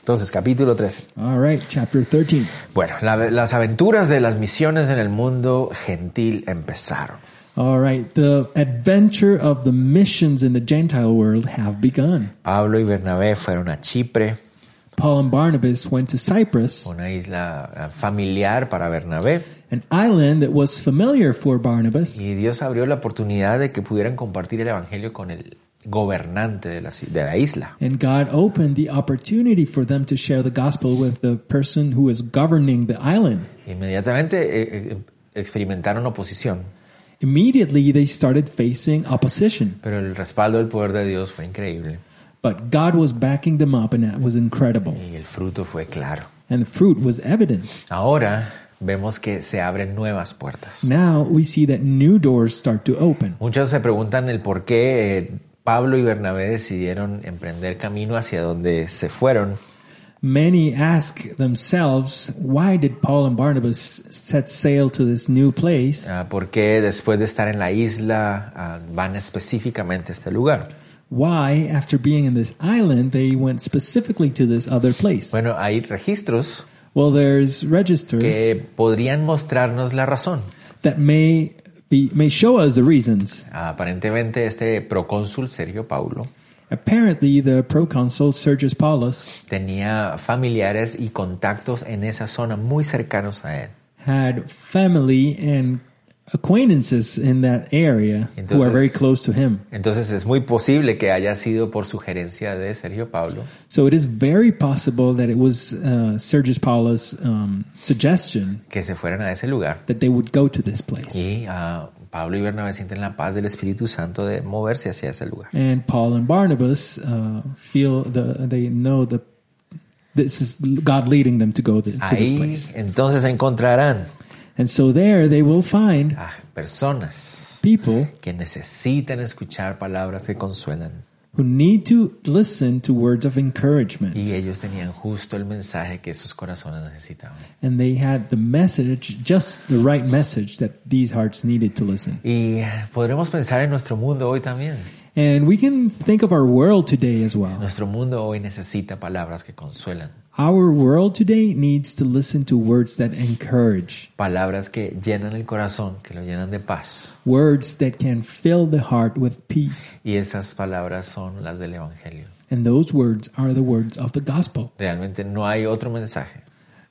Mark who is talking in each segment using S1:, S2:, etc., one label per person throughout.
S1: Entonces, capítulo 13.
S2: All right, chapter 13.
S1: Bueno, la- las aventuras de las misiones en el mundo gentil empezaron.
S2: All right, the adventure of the missions in the Gentile world have begun.
S1: Pablo y Bernabé fueron a Chipre,
S2: Paul and Barnabas went to Cyprus,
S1: una isla eh, familiar para Bernabé,
S2: an island that was familiar for Barnabas,
S1: y Dios abrió la oportunidad de que pudieran compartir el evangelio con el gobernante de la, ci- de la isla.
S2: and God opened the opportunity for them to share the gospel with the person who was governing the island.
S1: Inmediatamente eh, eh, experimentaron oposición,
S2: Immediately, they started facing opposition,
S1: pero el respaldo del poder de Dios fue increíble
S2: but God was backing them up, and that was incredible.
S1: y el fruto fue claro.
S2: And the fruit was evident.
S1: Ahora vemos que se abren nuevas puertas.
S2: Now we see that new doors start to open.
S1: Muchos se preguntan el por qué eh, Pablo y Bernabé decidieron emprender camino hacia donde se fueron.
S2: Many ask themselves, why did Paul and Barnabas set sail to this new place?
S1: Ah, ¿Por qué después de estar en la isla ah, van específicamente a este lugar?
S2: Why, after being in this island, they went specifically to this other place?
S1: Bueno, hay registros
S2: Well, there's register
S1: que podrían mostrarnos la razón.
S2: that may be may show us the reasons.
S1: Ah, aparentemente este procónsul Sergio Paulo
S2: Apparently, the proconsul Sergius Paulus
S1: tenía familiares y contactos en esa zona muy cercanos a él.
S2: had family and acquaintances in that area who are very
S1: Entonces-
S2: close to him.
S1: Entonces es muy posible que haya sido por sugerencia de Sergio Pablo
S2: So it is very possible that it was uh, Sergius Paulus' um, suggestion
S1: que se fueran a ese lugar.
S2: that they would go to this place.
S1: Y ah, Pablo y Bernabé sienten la paz del Espíritu Santo de moverse hacia ese lugar.
S2: And Paul and Barnabas uh, feel the they know the this is God leading them to go to, to this
S1: Ahí
S2: place.
S1: entonces encontrarán
S2: And so there they will find
S1: a personas
S2: people
S1: que necesitan escuchar palabras que consuelan.
S2: who need to listen to words of encouragement.
S1: Y ellos tenían justo el mensaje que sus corazones necesitaban.
S2: And they had the message, just the right message that these hearts needed to listen.
S1: Y podremos pensar en nuestro mundo hoy también.
S2: And we can think of our world today as well.
S1: Nuestro mundo hoy necesita palabras que consuelan.
S2: Our world today needs to listen to words that encourage,
S1: Palabras que llenan el corazón, que lo llenan de paz.
S2: words that can fill the heart with peace.
S1: Y esas palabras son las del Evangelio.
S2: And those words are the words of the gospel.
S1: Realmente no hay otro mensaje.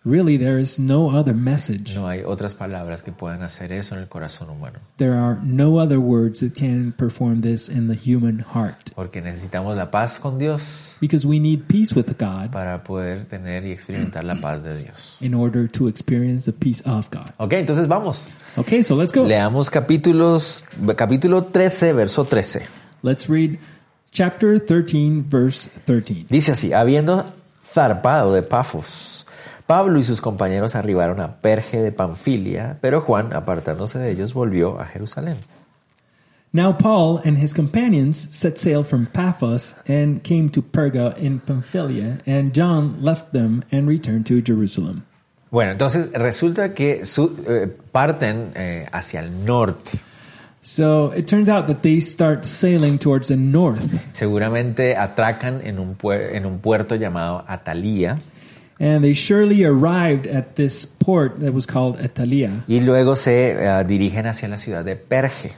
S2: Really, there is no other message.
S1: No hay otras palabras que puedan hacer eso en el corazón humano,
S2: There are no other words that can perform this in the human heart.
S1: porque necesitamos la paz con Dios
S2: Because we need peace with God
S1: para poder tener y experimentar la paz de Dios.
S2: in order to experience the peace of God.
S1: Ok, entonces vamos.
S2: Okay, so let's go.
S1: Leamos capítulos, capítulo 13, verso 13.
S2: Let's read chapter 13, verse 13.
S1: Dice así, habiendo zarpado de Pafos, Pablo y sus compañeros arribaron a Perge de Panfilia, pero Juan, apartándose de ellos, volvió a Jerusalén.
S2: Now Paul and his companions set sail from Paphos and came to Perga in Pamphylia, and John left them and returned to Jerusalem.
S1: Bueno, entonces resulta que su- eh, parten eh, hacia el norte.
S2: So it turns out that they start sailing towards the north,
S1: Seguramente atracan en un, pue- en un puerto llamado Atalía
S2: and they surely arrived at this port that was called Atalia,
S1: y luego se eh, dirigen hacia la ciudad de Perge.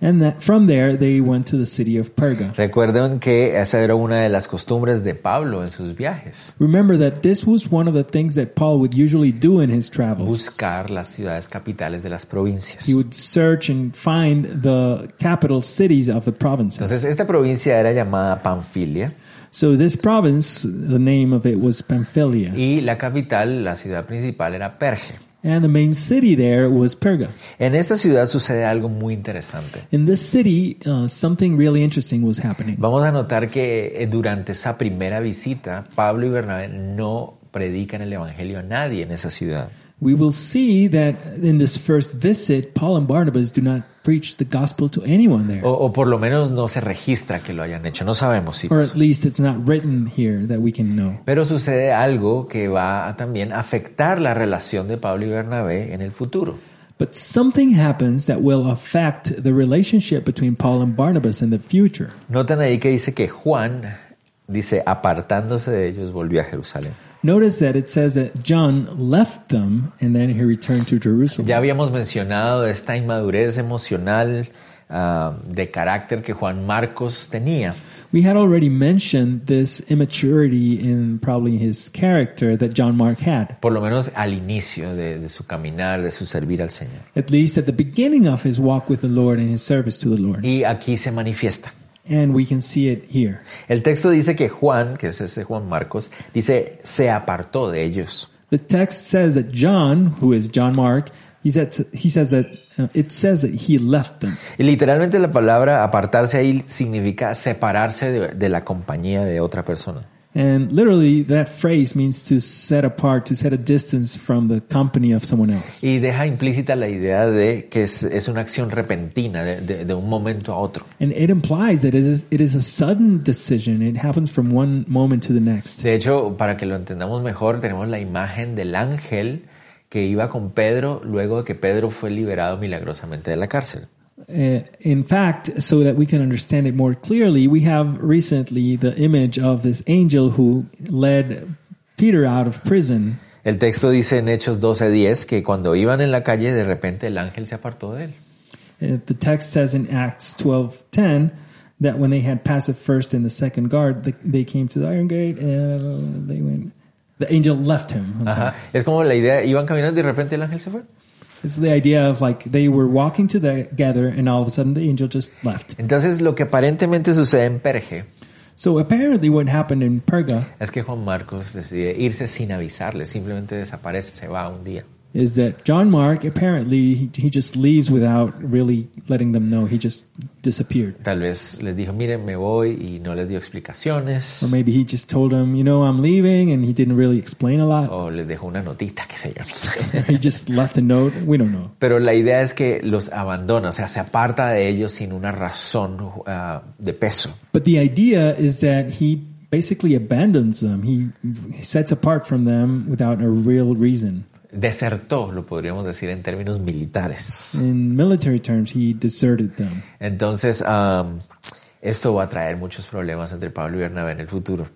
S2: and that from there they went to the city of Perga.
S1: Recuerden que esa era una de las costumbres de Pablo en sus viajes,
S2: Remember that this was one of the things that Paul would usually do in his travels.
S1: buscar las ciudades capitales de las provincias.
S2: He would search and find the capital cities of the provinces.
S1: Entonces, esta provincia era llamada Panfilia
S2: So this province, the name of it was Pamphylia,
S1: y la capital, la ciudad principal, era Perge.
S2: and the main city there was Perga.
S1: En esta ciudad sucede algo muy interesante.
S2: In this city, uh, something really interesting was happening.
S1: Vamos a notar que eh, durante esa primera visita, Pablo y Bernabé no predican el Evangelio a nadie en esa ciudad.
S2: We will see that in this first visit, Paul and Barnabas do not preach the gospel to anyone there,
S1: O, o por lo menos no se registra que lo hayan hecho, no sabemos si
S2: or
S1: pasó.
S2: at least it's not written here that we can know.
S1: Pero sucede algo que va a también afectar la relación de Pablo y Bernabé en el futuro.
S2: But something happens that will affect the relationship between Paul and Barnabas in the future.
S1: Notan ahí que dice que Juan dice, apartándose de ellos, volvió a Jerusalén.
S2: Notice that it says that John left them and then he returned to Jerusalem.
S1: Ya habíamos mencionado esta inmadurez emocional ah, de carácter que Juan Marcos tenía.
S2: We had already mentioned this immaturity in probably his character that John Mark had,
S1: por lo menos al inicio de, de su caminar, de su servir al Señor.
S2: at least at the beginning of his walk with the Lord and his service to the Lord.
S1: Y aquí se manifiesta.
S2: And we can see it here.
S1: El texto dice que Juan, que es ese Juan Marcos, dice, se apartó de ellos.
S2: The text says that John, who is John Mark, he says, he says that uh, it says that he left them.
S1: Y literalmente la palabra apartarse ahí significa separarse de, de la compañía de otra persona.
S2: And literally that phrase means to set apart, to set a distance from the company of someone else.
S1: Y deja implícita la idea de que es, es una acción repentina, de, de- de un momento a otro.
S2: And it implies that it is, it is a sudden decision. It happens from one moment to the next.
S1: De hecho, para que lo entendamos mejor, tenemos la imagen del ángel que iba con Pedro luego de que Pedro fue liberado milagrosamente de la cárcel.
S2: Uh, in fact, so that we can understand it more clearly, we have recently the image of this angel who led Peter out of prison.
S1: El texto dice en Hechos 12:10 que cuando iban en la calle, de repente el ángel se apartó de él.
S2: Uh, The text says in Acts 12:10 that when they had passed the first and the second guard, they, they came to the iron gate and they went. The angel left him. I'm sorry.
S1: Ajá. Es como la idea, iban caminando y de repente el ángel se fue.
S2: It's the idea of like they were walking together and all of a sudden the angel just left.
S1: Entonces, lo que aparentemente sucede en Perge
S2: So apparently, what happened in Perga
S1: es que Juan Marcos decide irse sin avisarle, simplemente desaparece, se va un día.
S2: is that John Mark apparently he, he just leaves without really letting them know. He just disappeared.
S1: Tal vez les dijo, miren, me voy y no les dio
S2: Or
S1: explicaciones.
S2: maybe he just told them, you know, I'm leaving, and he didn't really explain a lot.
S1: O les dejó una notita, qué sé yo. no sé.
S2: He just left a note. We don't know.
S1: Pero la idea es que los abandona, o sea, se aparta de ellos sin una razón ah, de peso.
S2: But the idea is that he basically abandons them. He sets apart from them without a real reason.
S1: Desertó, lo podríamos decir en términos militares.
S2: In military terms, he deserted them.
S1: Entonces, am, esto va a traer muchos problemas entre Pablo y Bernabé en el futuro.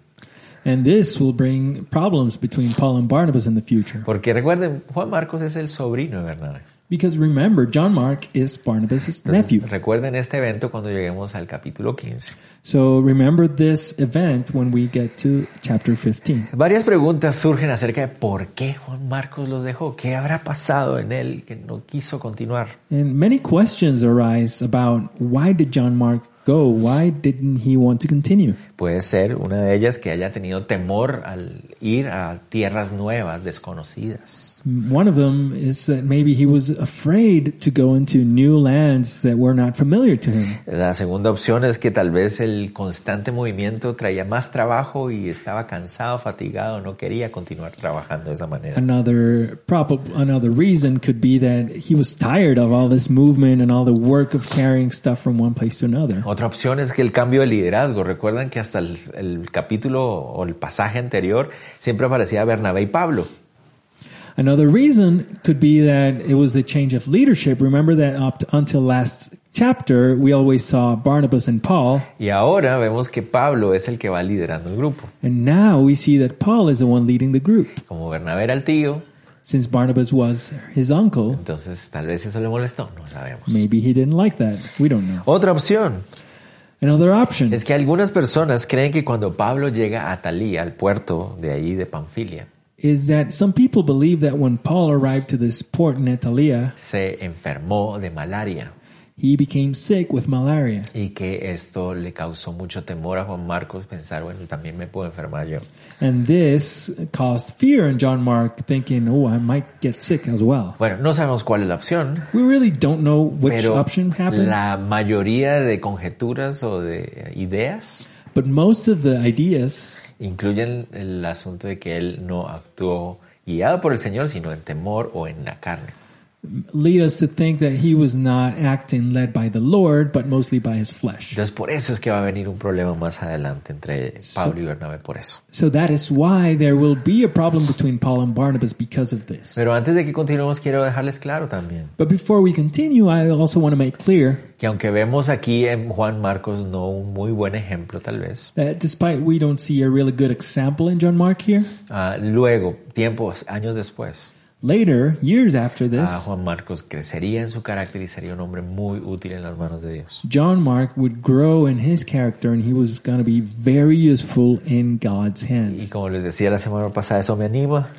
S2: And this will bring problems between Paul and Barnabas in the future.
S1: Porque recuerden, Juan Marcos es el sobrino de Bernabé.
S2: Because remember, John Mark is Barnabas' nephew.
S1: Recuerden este evento cuando lleguemos al capítulo 15.
S2: So remember this event when we get to chapter 15.
S1: Varias preguntas surgen acerca de por qué Juan Marcos los dejó, qué habrá pasado en él que no quiso continuar.
S2: And many questions arise about why did John Mark go? Why didn't he want to continue?
S1: Puede ser una de ellas que haya tenido temor al ir a tierras nuevas, desconocidas.
S2: One of them is that maybe he was afraid to go into new lands that were not familiar to him.
S1: La segunda opción es que tal vez el constante movimiento traía más trabajo y estaba cansado, fatigado, no quería continuar trabajando de esa manera.
S2: Another probab another reason could be that he was tired of all this movement and all the work of carrying stuff from one place to another.
S1: Otra opción es que el cambio de liderazgo. Recuerdan que hasta el, el capítulo o el pasaje anterior siempre aparecía Bernabé y Pablo.
S2: Another reason could be that it was a change of leadership. Remember that up t- until last chapter, we always saw Barnabas and Paul,
S1: Y ahora vemos que Pablo es el que va liderando el grupo.
S2: and now we see that Paul is the one leading the group.
S1: Como Bernabé era el tío,
S2: Since Barnabas was his uncle,
S1: entonces tal vez eso le molestó, no sabemos.
S2: maybe he didn't like that. We don't know.
S1: Otra opción
S2: Another option
S1: es que algunas personas creen que cuando Pablo llega a Talía, al puerto de ahí de Panfilia,
S2: is that some people believe that when Paul arrived to this port in Italia,
S1: se enfermó de malaria
S2: he became sick with malaria.
S1: y que esto le causó mucho temor a Juan Marcos pensar, bueno, también me puedo enfermar yo.
S2: And this caused fear in John Mark, thinking, oh, I might get sick as well.
S1: Bueno, no sabemos cuál es la opción,
S2: We really don't know which
S1: pero
S2: option happened.
S1: la mayoría de conjeturas o de ideas
S2: But most of the ideas
S1: incluyen el asunto de que él no actuó guiado por el Señor, sino en temor o en la carne.
S2: lead us to think that he was not acting led by the Lord, but mostly by his flesh.
S1: Entonces por eso es que va a venir un problema más adelante entre Pablo y Bernabé, por eso.
S2: So that is why there will be a problem between Paul and Barnabas because of this.
S1: Pero antes de que continuemos quiero dejarles claro también
S2: But before we continue, I also want to make clear
S1: que aunque vemos aquí en Juan Marcos no un muy buen ejemplo tal vez,
S2: that despite we don't see a really good example in John Mark here,
S1: ah, luego, tiempos, años después,
S2: later, years after this,
S1: ah, Juan Marcos crecería en su carácter y sería un hombre muy útil en las manos de Dios.
S2: John Mark would grow in his character and he was going to be very useful in God's
S1: Y
S2: hands.
S1: como les decía la semana pasada, eso me anima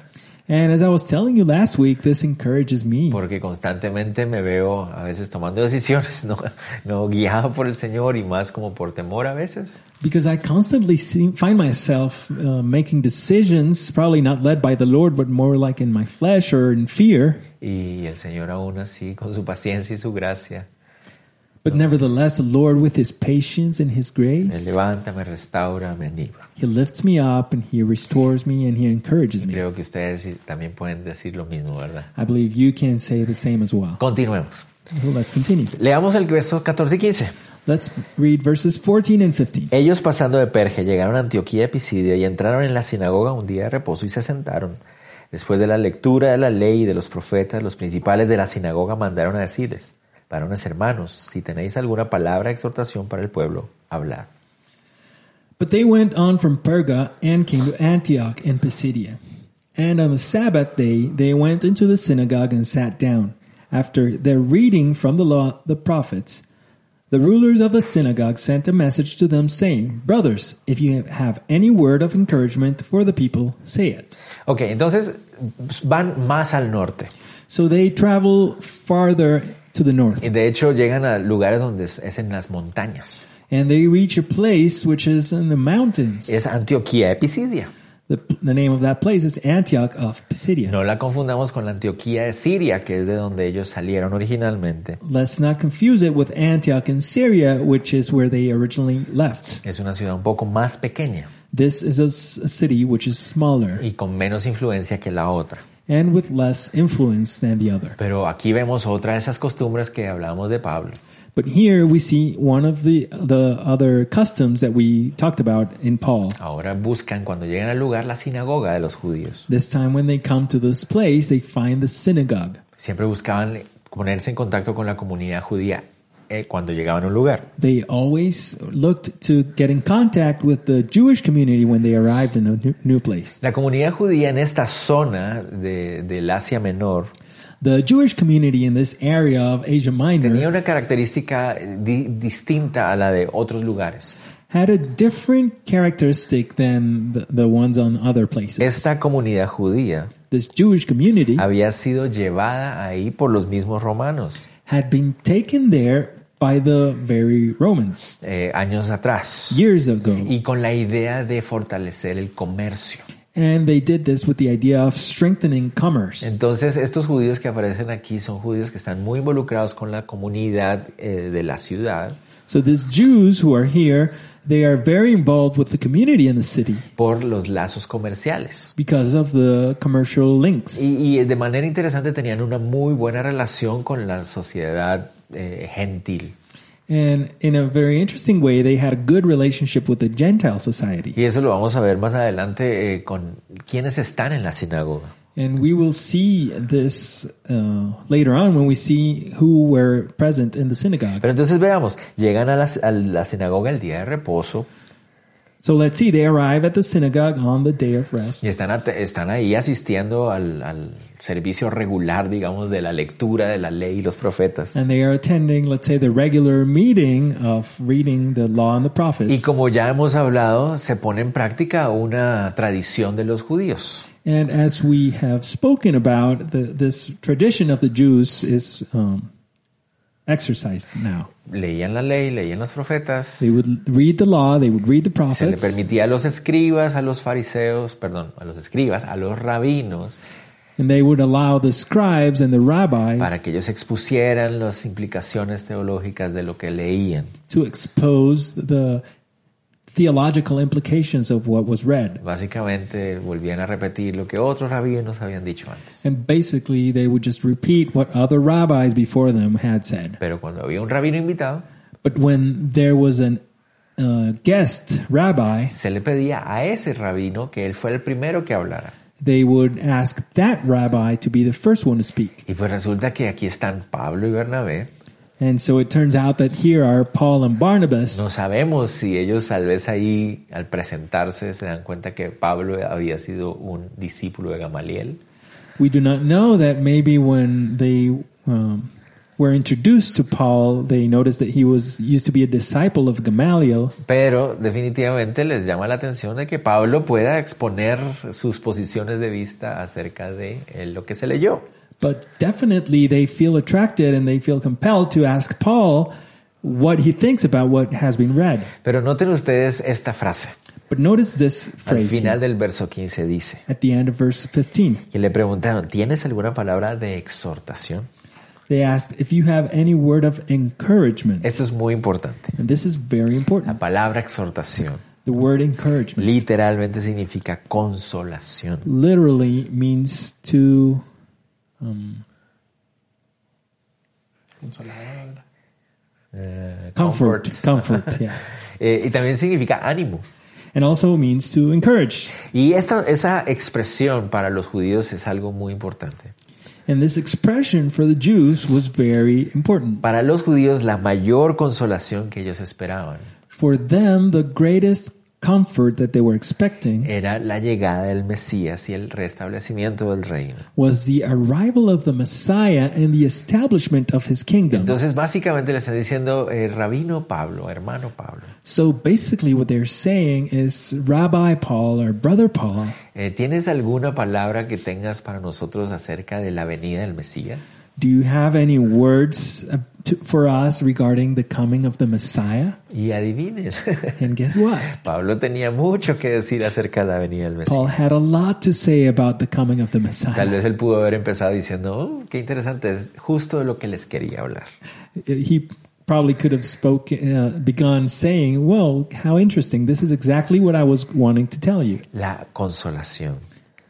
S2: And as I was telling you last week, this encourages me
S1: porque constantemente me veo a veces tomando decisiones no, no guiado por el Señor y más como por temor a veces.
S2: because I constantly see, find myself uh, making decisions, probably not led by the Lord, but more like in my flesh or in fear.
S1: Y el Señor aún así, con su paciencia y su gracia,
S2: But nevertheless, the Lord, with his patience and his
S1: me
S2: grace,
S1: levanta, me restaura, me anima.
S2: he lifts me up and he restores me and he encourages me.
S1: Creo que ustedes sí- también pueden decir lo mismo, ¿verdad?
S2: I believe you can say the same as well.
S1: Continuemos.
S2: So let's continue.
S1: Leamos el verso 14 y 15.
S2: Let's read verses 14 and 15.
S1: Ellos pasando de Perge llegaron a Antioquía de Pisidia y entraron en la sinagoga un día de reposo y se sentaron. Después de la lectura de la ley y de los profetas, los principales de la sinagoga mandaron a decirles, varones hermanos, si tenéis alguna palabra de exhortación para el pueblo, hablad.
S2: But they went on from Perga and came to Antioch in Pisidia. And on the Sabbath day they went into the synagogue and sat down. After their reading from the law, the prophets, the rulers of the synagogue sent a message to them saying, Brothers, if you have any word of encouragement for the people, say it.
S1: Ok, entonces pues, van más al norte.
S2: So they travel farther to the north
S1: Y de hecho llegan a lugares donde es es en las montañas.
S2: and they reach a place which is in the mountains.
S1: Es Antioquía de Pisidia.
S2: The, the name of that place is Antioch of Pisidia.
S1: No la confundamos con la Antioquía de Siria, que es de donde ellos salieron originalmente.
S2: Let's not confuse it with Antioch in Syria, which is where they originally left.
S1: Es una ciudad un poco más pequeña.
S2: This is a, s- a city which is smaller
S1: y con menos influencia que la otra.
S2: and with less influence than the other.
S1: Pero aquí vemos otra de esas costumbres que hablamos de Pablo.
S2: But here we see one of the the other customs that we talked about in Paul.
S1: Ahora buscan cuando llegan al lugar la sinagoga de los judíos.
S2: This time when they come to this place, they find the synagogue.
S1: Siempre buscaban ponerse en contacto con la comunidad judía eh, cuando llegaban a un lugar.
S2: They always looked to get in contact with the Jewish community when they arrived in a new- new place.
S1: La comunidad judía en esta zona de- del Asia Menor
S2: The Jewish community in this area of Asia Minor
S1: tenía una característica eh, di- distinta a la de otros lugares.
S2: had a different characteristic than the, the ones on other places.
S1: Esta comunidad judía
S2: this Jewish community
S1: había sido llevada ahí por los mismos romanos
S2: had been taken there by the very Romans
S1: eh, años atrás.
S2: years ago.
S1: y con la idea de fortalecer el comercio.
S2: And they did this with the idea of strengthening commerce.
S1: Entonces, estos judíos que aparecen aquí son judíos que están muy involucrados con la comunidad eh, de la ciudad
S2: So these Jews who are here, they are very involved with the community in the city
S1: por los lazos comerciales.
S2: because of the commercial links.
S1: Y, y de manera interesante tenían una muy buena relación con la sociedad eh, gentil.
S2: And in a very interesting way, they had a good relationship with the Gentile society.
S1: Y eso lo vamos a ver más adelante eh, con quienes están en la sinagoga.
S2: And we will see this uh, later on when we see who were present in the synagogue.
S1: Pero entonces veamos, llegan a la, a la sinagoga el día de reposo
S2: So let's see, they arrive at the synagogue on the day of rest.
S1: Y están, at- están ahí asistiendo al, al servicio regular, digamos, de la lectura de la ley y los profetas.
S2: And they are attending, let's say, the regular meeting of reading the law and the
S1: Y
S2: prophets.
S1: como ya hemos hablado, se pone en práctica una tradición de los judíos.
S2: And as we have spoken about, the, this tradition of the Jews is um, exercised now.
S1: Leían la ley, leían los profetas.
S2: They would read the law, they would read the
S1: Se le
S2: prophets,
S1: permitía a los escribas, a los fariseos, perdón, a los escribas, a los rabinos,
S2: and they would allow the scribes and the rabbis
S1: para que ellos expusieran las implicaciones teológicas de lo que leían.
S2: to expose the theological implications of what was read.
S1: Básicamente volvían a repetir lo que otros rabinos habían dicho antes.
S2: And basically, they would just repeat what other rabbis before them had said.
S1: Pero cuando había un rabino invitado,
S2: But when there was an uh, guest rabbi,
S1: se le pedía a ese rabino que él fuera el primero que hablara.
S2: they would ask that rabbi to be the first one to speak.
S1: Y pues resulta que aquí están Pablo y Bernabé.
S2: And so it turns out that here are Paul and Barnabas.
S1: No sabemos si ellos tal vez ahí al presentarse se dan cuenta que Pablo había sido un discípulo de Gamaliel.
S2: We do not know that maybe when they um, were introduced to Paul, they noticed that he was used to be a disciple of Gamaliel.
S1: Pero definitivamente les llama la atención de que Pablo pueda exponer sus posiciones de vista acerca de eh, lo que se leyó.
S2: But definitely they feel attracted and they feel compelled to ask Paul what he thinks about what has been read.
S1: Pero noten ustedes esta frase.
S2: But notice this
S1: Al
S2: phrase here
S1: final del verso 15 dice,
S2: at the end of verse 15.
S1: y le preguntaron, ¿tienes alguna palabra de exhortación?
S2: They asked if you have any word of encouragement.
S1: Esto es muy importante.
S2: And this is very
S1: La
S2: important.
S1: palabra exhortación
S2: The word encouragement
S1: literalmente significa consolación.
S2: literally means to um,
S1: Eh,
S2: comfort. Comfort, yeah.
S1: Eh, y también significa ánimo.
S2: And also means to encourage.
S1: Y esta, esa expresión para los judíos es algo muy importante.
S2: And this expression for the Jews was very important.
S1: Para los judíos la mayor consolación que ellos esperaban
S2: For them, the greatest comfort that they were expecting
S1: era la llegada del Mesías y el restablecimiento del reino.
S2: was the arrival of the Messiah and the establishment of his kingdom.
S1: Entonces básicamente le están diciendo, eh, rabino Pablo, hermano Pablo,
S2: So basically, what they're saying is Rabbi Paul or Brother Paul,
S1: eh, ¿tienes alguna palabra que tengas para nosotros acerca de la venida del Mesías?
S2: do you have any words uh, to, for us regarding the coming of the Messiah?
S1: Y adivinen,
S2: And guess what?
S1: Pablo tenía mucho que decir acerca de la venida del Mesías.
S2: Paul had a lot to say about the coming of the
S1: Tal
S2: Messiah.
S1: vez él pudo haber empezado diciendo, "Oh, qué interesante, es justo de lo que les quería hablar.
S2: He probably could have spoken, uh, begun saying, "Well, how interesting! This is exactly what I was wanting to tell you.
S1: La consolación.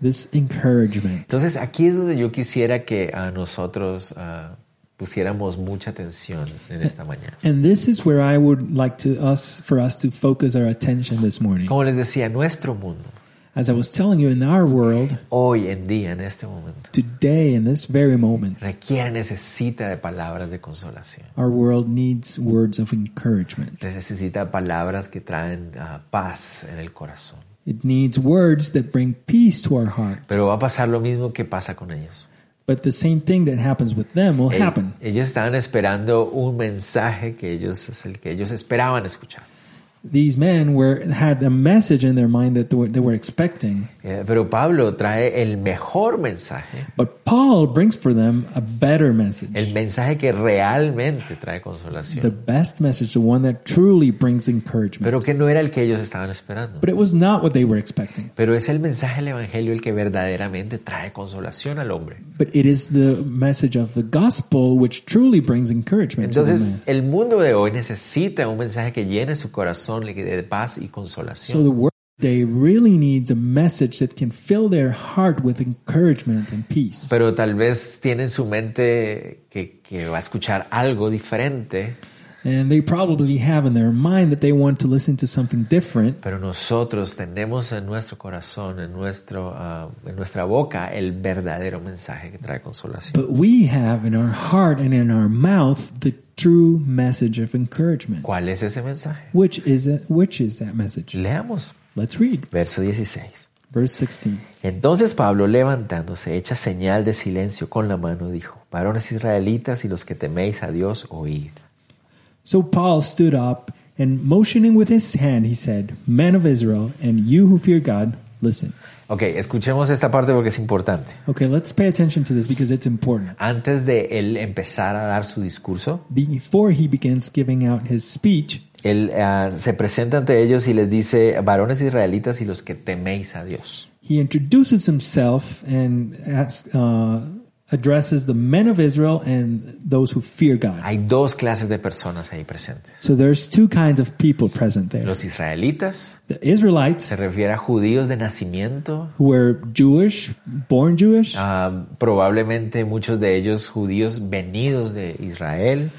S2: This encouragement."
S1: Entonces aquí es donde yo quisiera que a nosotros ah, pusiéramos mucha atención en esta mañana.
S2: And this is where I would like to us for us to focus our attention this morning.
S1: Como les decía, nuestro mundo,
S2: As I was telling you, in our world
S1: hoy en día, en este momento,
S2: today, in this very moment,
S1: requiere, necesita de palabras de consolación.
S2: our world needs words of encouragement.
S1: Necesita palabras que traen ah, paz en el corazón.
S2: It needs words that bring peace to our heart.
S1: Pero va a pasar lo mismo que pasa con ellos.
S2: But the same thing that happens with them will
S1: Ell-
S2: happen.
S1: Ellos estaban esperando un mensaje que ellos es el que ellos esperaban escuchar.
S2: These men were had a message in their mind that they were, they were expecting,
S1: Eh, Pero Pablo trae el mejor mensaje,
S2: but Paul brings for them a better message,
S1: el mensaje que realmente trae consolación,
S2: the best message, the one that truly brings encouragement.
S1: pero que no era el que ellos estaban esperando.
S2: But it was not what they were expecting.
S1: Pero es el mensaje del Evangelio el que verdaderamente trae consolación al hombre.
S2: But it is the message of the gospel which truly brings encouragement to the
S1: Entonces,
S2: man.
S1: el mundo de hoy necesita un mensaje que llene su corazón le- de paz y consolación.
S2: So the world today really needs a message that can fill their heart with encouragement and peace.
S1: Pero tal vez tiene en su mente que, que va a escuchar algo diferente,
S2: And they probably have in their mind that they want to listen to something different.
S1: pero nosotros tenemos en nuestro corazón, en, nuestro, ah, en nuestra boca, el verdadero mensaje que trae consolación.
S2: But we have in our heart and in our mouth the true message of encouragement.
S1: ¿Cuál es ese mensaje?
S2: Which is it, which is that message?
S1: Leamos.
S2: Let's read
S1: Verso 16.
S2: verse 16.
S1: Entonces Pablo, levantándose, hecha señal de silencio con la mano, dijo, varones israelitas y los que teméis a Dios, oíd.
S2: So Paul stood up and motioning with his hand, he said, Men of Israel, and you who fear God, listen.
S1: Ok, escuchemos esta parte porque es importante.
S2: Okay, let's pay attention to this because it's important.
S1: Antes de él empezar a dar su discurso,
S2: Before he begins giving out his speech,
S1: él ah, se presenta ante ellos y les dice, varones israelitas y los que teméis a Dios.
S2: he introduces himself and asks, uh, addresses the men of Israel and those who fear God.
S1: Hay dos clases de personas ahí presentes.
S2: So there's two kinds of people present there.
S1: Los israelitas,
S2: The Israelites,
S1: se refiere a judíos de nacimiento,
S2: who were Jewish, born Jewish,
S1: ah, probablemente muchos de ellos judíos venidos de Israel,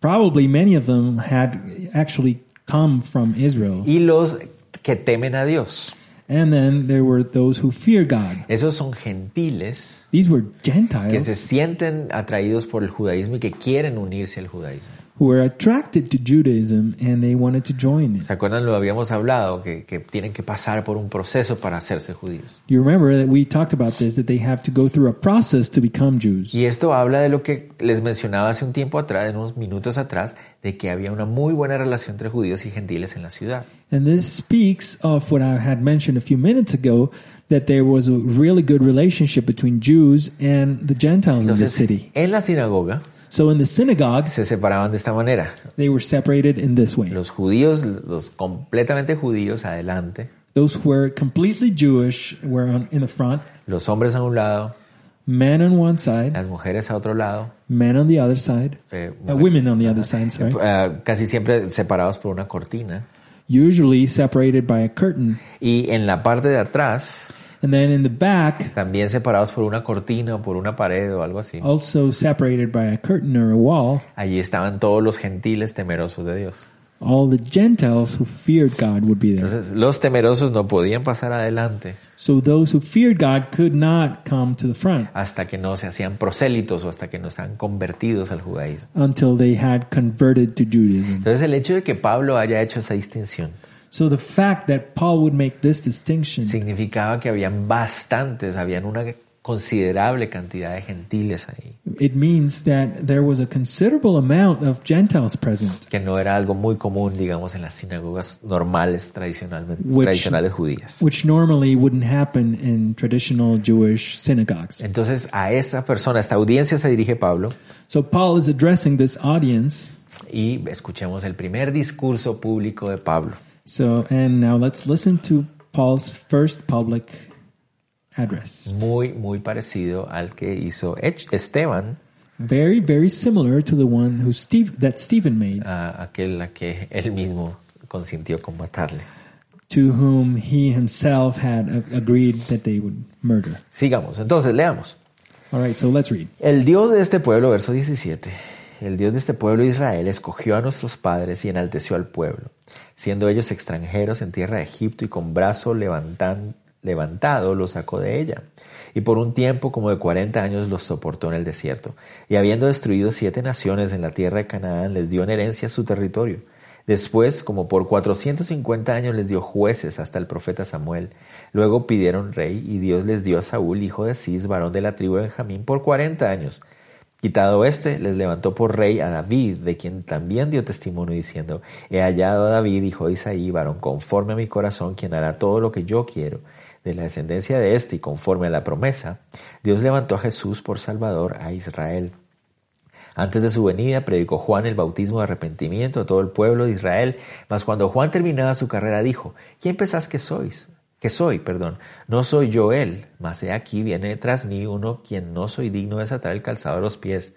S2: probably many of them had actually come from Israel.
S1: y los que temen a Dios.
S2: And then there were those who fear God.
S1: Esos son gentiles
S2: These were
S1: que
S2: Gentiles
S1: se sienten atraídos por el judaísmo y que quieren unirse al judaísmo.
S2: who were attracted to Judaism and they wanted to join it.
S1: ¿Se acuerdan? Lo habíamos hablado, que, que tienen que pasar por un proceso para hacerse judíos.
S2: You remember that we talked about this, that they have to go through a process to become Jews.
S1: Y esto habla de lo que les mencionaba hace un tiempo atrás, en unos minutos atrás, de que había una muy buena relación entre judíos y gentiles en la ciudad.
S2: And this speaks of what I had mentioned a few minutes ago, that there was a really good relationship between Jews and the Gentiles in the
S1: Entonces,
S2: city.
S1: en la sinagoga
S2: So in the synagogues,
S1: se separaban de esta manera.
S2: they were separated in this way.
S1: Los judíos, los completamente judíos adelante,
S2: Those who were completely Jewish were on, in the front,
S1: los hombres a un lado,
S2: men on one side,
S1: las mujeres a otro lado,
S2: men on the other side,
S1: eh,
S2: uh, women on the other side, sorry.
S1: eh, casi siempre separados por una cortina.
S2: Usually separated by a curtain.
S1: Y en la parte de atrás,
S2: And then in the back,
S1: también separados por una cortina o por una pared o algo así.
S2: also separated by a curtain or a wall,
S1: Allí estaban todos los gentiles temerosos de Dios.
S2: all the Gentiles who feared God would be there.
S1: Entonces, los temerosos no podían pasar adelante
S2: So those who feared God could not come to the front
S1: hasta que no se hacían prosélitos o hasta que no estaban convertidos al judaísmo.
S2: until they had converted to Judaism.
S1: Entonces, el hecho de que Pablo haya hecho esa distinción
S2: So the fact that Paul would make this distinction
S1: significaba que habían bastantes, habían una considerable cantidad de gentiles ahí,
S2: It means that there was a considerable amount of Gentiles present,
S1: que no era algo muy común, digamos, en las sinagogas normales tradicionalmente,
S2: Which-
S1: tradicionales judías.
S2: which normally wouldn't happen in traditional Jewish synagogues.
S1: Entonces, a esta persona, a esta audiencia se dirige Pablo
S2: So Paul is addressing this audience.
S1: y escuchemos el primer discurso público de Pablo.
S2: So, and now let's listen to Paul's first public address.
S1: Muy, muy parecido al que hizo Ech- Esteban,
S2: Very, very similar to the one who Steve, that Stephen made,
S1: a aquel a que él mismo consintió con matarle.
S2: to whom he himself had a- agreed that they would murder.
S1: Sigamos, entonces leamos.
S2: All right, so let's read.
S1: El Dios de este pueblo, verso 17. El Dios de este pueblo Israel escogió a nuestros padres y enalteció al pueblo, siendo ellos extranjeros en tierra de Egipto y con brazo levantan- levantado los sacó de ella. Y por un tiempo como de 40 años los soportó en el desierto. Y habiendo destruido siete naciones en la tierra de Canaán, les dio en herencia su territorio. Después, como por 450 años, les dio jueces hasta el profeta Samuel. Luego pidieron rey y Dios les dio a Saúl, hijo de Cis, varón de la tribu de Benjamín, por 40 años. Quitado este, les levantó por rey a David, de quien también dio testimonio diciendo, He hallado a David, hijo de Isaí, varón conforme a mi corazón, quien hará todo lo que yo quiero. De la descendencia de este y conforme a la promesa, Dios levantó a Jesús por Salvador a Israel. Antes de su venida predicó Juan el bautismo de arrepentimiento a todo el pueblo de Israel, mas cuando Juan terminaba su carrera dijo, ¿quién pensás que sois? Que soy, perdón, no soy yo él, mas he aquí viene tras mí uno quien no soy digno de desatar el calzado de los pies.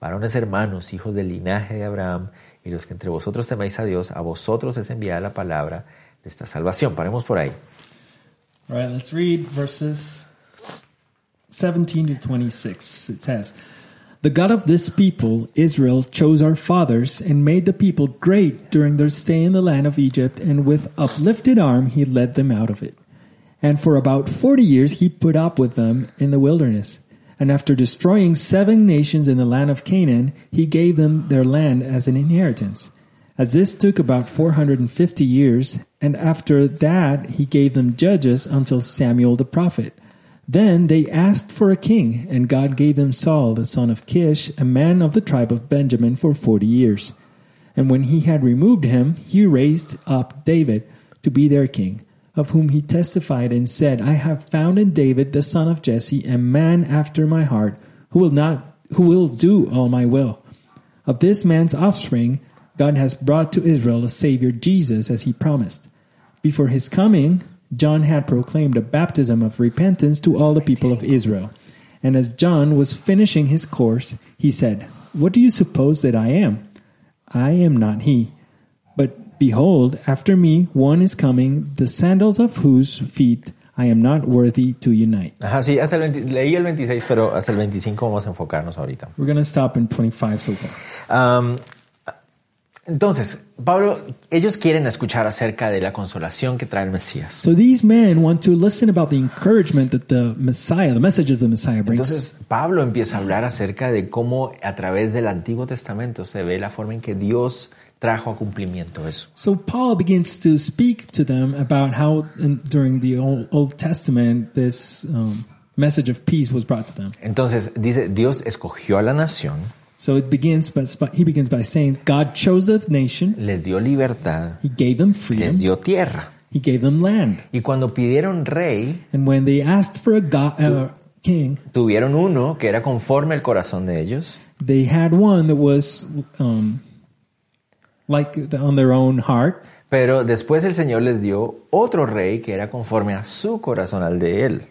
S1: Varones hermanos, hijos del linaje de Abraham, y los que entre vosotros teméis a Dios, a vosotros es enviada la palabra de esta salvación. Paremos por ahí.
S2: All right, let's read verses 17 to 26. It says, The God of this people, Israel, chose our fathers and made the people great during their stay in the land of Egypt, and with uplifted arm he led them out of it. And for about forty years he put up with them in the wilderness. And after destroying seven nations in the land of Canaan, he gave them their land as an inheritance. As this took about 450 years, and after that he gave them judges until Samuel the prophet. Then they asked for a king, and God gave them Saul, the son of Kish, a man of the tribe of Benjamin, for 40 years. And when he had removed him, he raised up David to be their king, of whom he testified and said, I have found in David the son of Jesse a man after my heart, who will not, who will do all my will. Of this man's offspring, God has brought to Israel a Savior, Jesus, as he promised. Before his coming, John had proclaimed a baptism of repentance to all the people of Israel. And as John was finishing his course, he said, What do you suppose that I am? I am not he. But behold, after me one is coming, the sandals of whose feet I am not worthy to unite.
S1: Ajá, sí, hasta el 20 leí el 26, pero hasta el 25 vamos a enfocarnos ahorita.
S2: We're going to stop in 25 so far.
S1: Am, entonces, Pablo, ellos quieren escuchar acerca de la consolación que trae el Mesías.
S2: So these men want to listen about the encouragement that the Messiah, the message of the Messiah brings.
S1: Entonces, Pablo empieza a hablar acerca de cómo a través del Antiguo Testamento se ve la forma en que Dios trajo a cumplimiento eso.
S2: So Paul begins to speak to them about how in, during the Old, Old Testament this um, message of peace was brought to them.
S1: Entonces, dice, Dios escogió a la nación,
S2: So it begins, but but he begins by saying, God chose a nation,
S1: les dio libertad,
S2: He gave them freedom,
S1: les dio tierra.
S2: He gave them land,
S1: Y cuando pidieron rey,
S2: and when they asked for a God, uh, king,
S1: tuvieron uno que era conforme al corazón de ellos.
S2: they had one that was um, like the, on their own heart,
S1: Pero después el Señor les dio otro rey que era conforme a su corazón, al de él.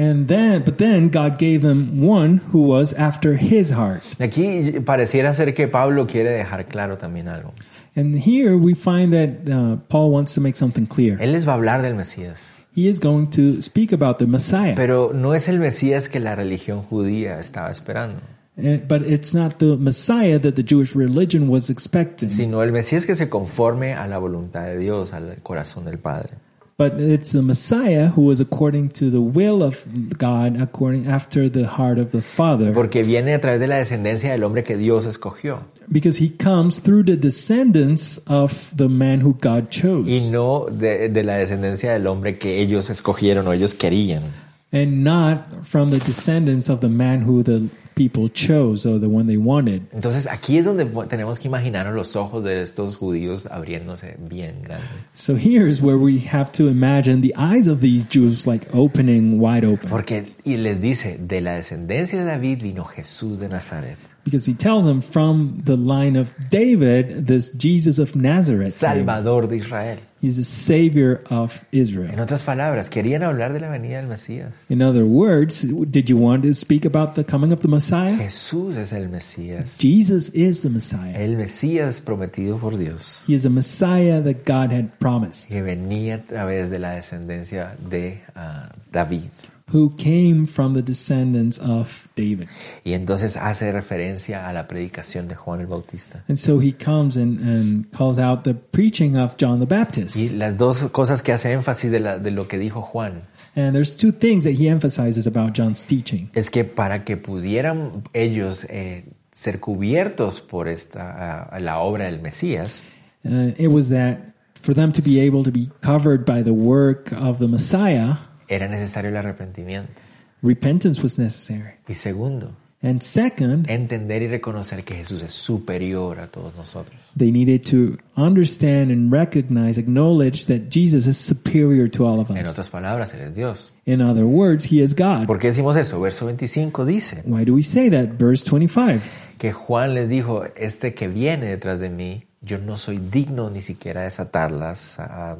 S2: and then but then God gave them one who was after His heart.
S1: Aquí pareciera ser que Pablo quiere dejar claro también algo.
S2: And here we find that uh, Paul wants to make something clear.
S1: Él les va a hablar del Mesías,
S2: He is going to speak about the Messiah,
S1: pero no es el Mesías que la religión judía estaba esperando,
S2: Eh, but it's not the Messiah that the Jewish religion was expecting,
S1: sino el Mesías que se conforme a la voluntad de Dios, al corazón del Padre.
S2: but it's the Messiah who was according to the will of God, according after the heart of the Father,
S1: Porque viene a través de la descendencia del hombre que Dios escogió
S2: because he comes through the descendants of the man who God
S1: y
S2: chose,
S1: no de, de la descendencia del hombre que ellos escogieron o ellos querían.
S2: and not from the descendants of the man who the people chose or the one they wanted.
S1: Entonces aquí es donde po- tenemos que imaginarnos los ojos de estos judíos abriéndose bien grande.
S2: So here is where we have to imagine the eyes of these Jews like opening wide open.
S1: Porque y les dice, de la descendencia de David vino Jesús de Nazaret,
S2: Because he tells them from the line of David, this Jesus of Nazareth.
S1: Salvador de Israel.
S2: He's the savior of
S1: En
S2: Israel.
S1: otras palabras, querían hablar de la venida del Mesías.
S2: In other words, did you want to speak about the coming of the Messiah?
S1: Jesús es el Mesías,
S2: Jesus is the Messiah.
S1: el Mesías prometido por Dios,
S2: He is a Messiah that God had promised,
S1: que venía a través de la descendencia de ah, David.
S2: who came from the descendants of David.
S1: Y entonces hace referencia a la predicación de Juan el Bautista.
S2: And so he comes and, and calls out the preaching of John the Baptist.
S1: Y las dos cosas que hace énfasis de, la- de lo que dijo Juan
S2: And there's two things that he emphasizes about John's teaching.
S1: es que para que pudieran ellos eh, ser cubiertos por esta ah, la obra del Mesías,
S2: Uh, it was that for them to be able to be covered by the work of the Messiah,
S1: era necesario el arrepentimiento.
S2: repentance was necessary.
S1: Y segundo,
S2: And second,
S1: entender y reconocer que Jesús es superior a todos nosotros.
S2: they needed to understand and recognize, acknowledge that Jesus is superior to all of
S1: En
S2: us.
S1: otras palabras, Él es Dios.
S2: In other words, he is God.
S1: ¿Por qué decimos eso? Verso 25 dice
S2: Why do we say that? Verse 25.
S1: que Juan les dijo, este que viene detrás de mí, yo no soy digno ni siquiera de desatarlas, ah,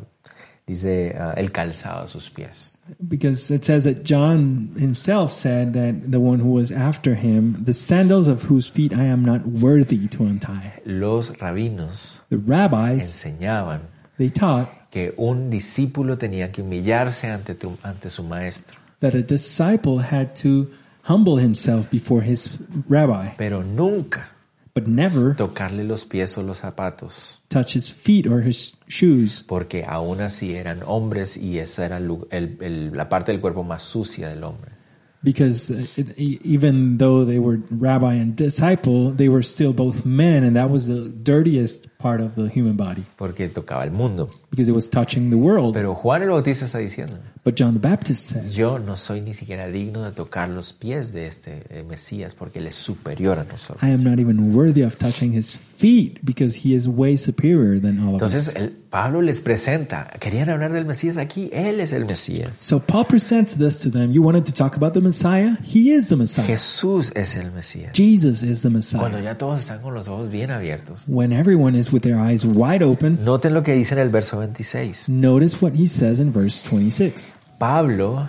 S1: dice ah, el calzado a sus pies.
S2: Because it says that John himself said that the one who was after him, the sandals of whose feet I am not worthy to untie.
S1: Los rabinos
S2: The rabbis,
S1: enseñaban
S2: they taught
S1: que un discípulo tenía que humillarse ante, tu- ante su maestro,
S2: that a disciple had to humble himself before his rabbi,
S1: pero nunca
S2: but never
S1: tocarle los pies o los zapatos,
S2: touch his feet or his shoes,
S1: porque aún así eran hombres y esa era el lu- el- el- la parte del cuerpo más sucia del hombre.
S2: because uh, it, e- even though they were rabbi and disciple, they were still both men, and that was the dirtiest part of the human body
S1: porque tocaba el mundo.
S2: because it was touching the world.
S1: Pero Juan el Bautista está diciendo,
S2: But John the Baptist says,
S1: yo no soy ni siquiera digno de tocar los pies de este eh, Mesías porque él es superior a nosotros.
S2: I am not even worthy of touching his feet because he is way superior than all of us.
S1: Entonces el- Pablo les presenta, querían hablar del Mesías aquí, él es el Mesías.
S2: So Paul presents this to them. You wanted to talk about the Messiah? He is the Messiah.
S1: Jesús es el Mesías.
S2: Jesus is the Messiah.
S1: Cuando ya todos están con los ojos bien abiertos.
S2: when everyone is with their eyes wide open,
S1: Noten lo que dice en el verso 26.
S2: notice what he says in verse 26.
S1: Pablo,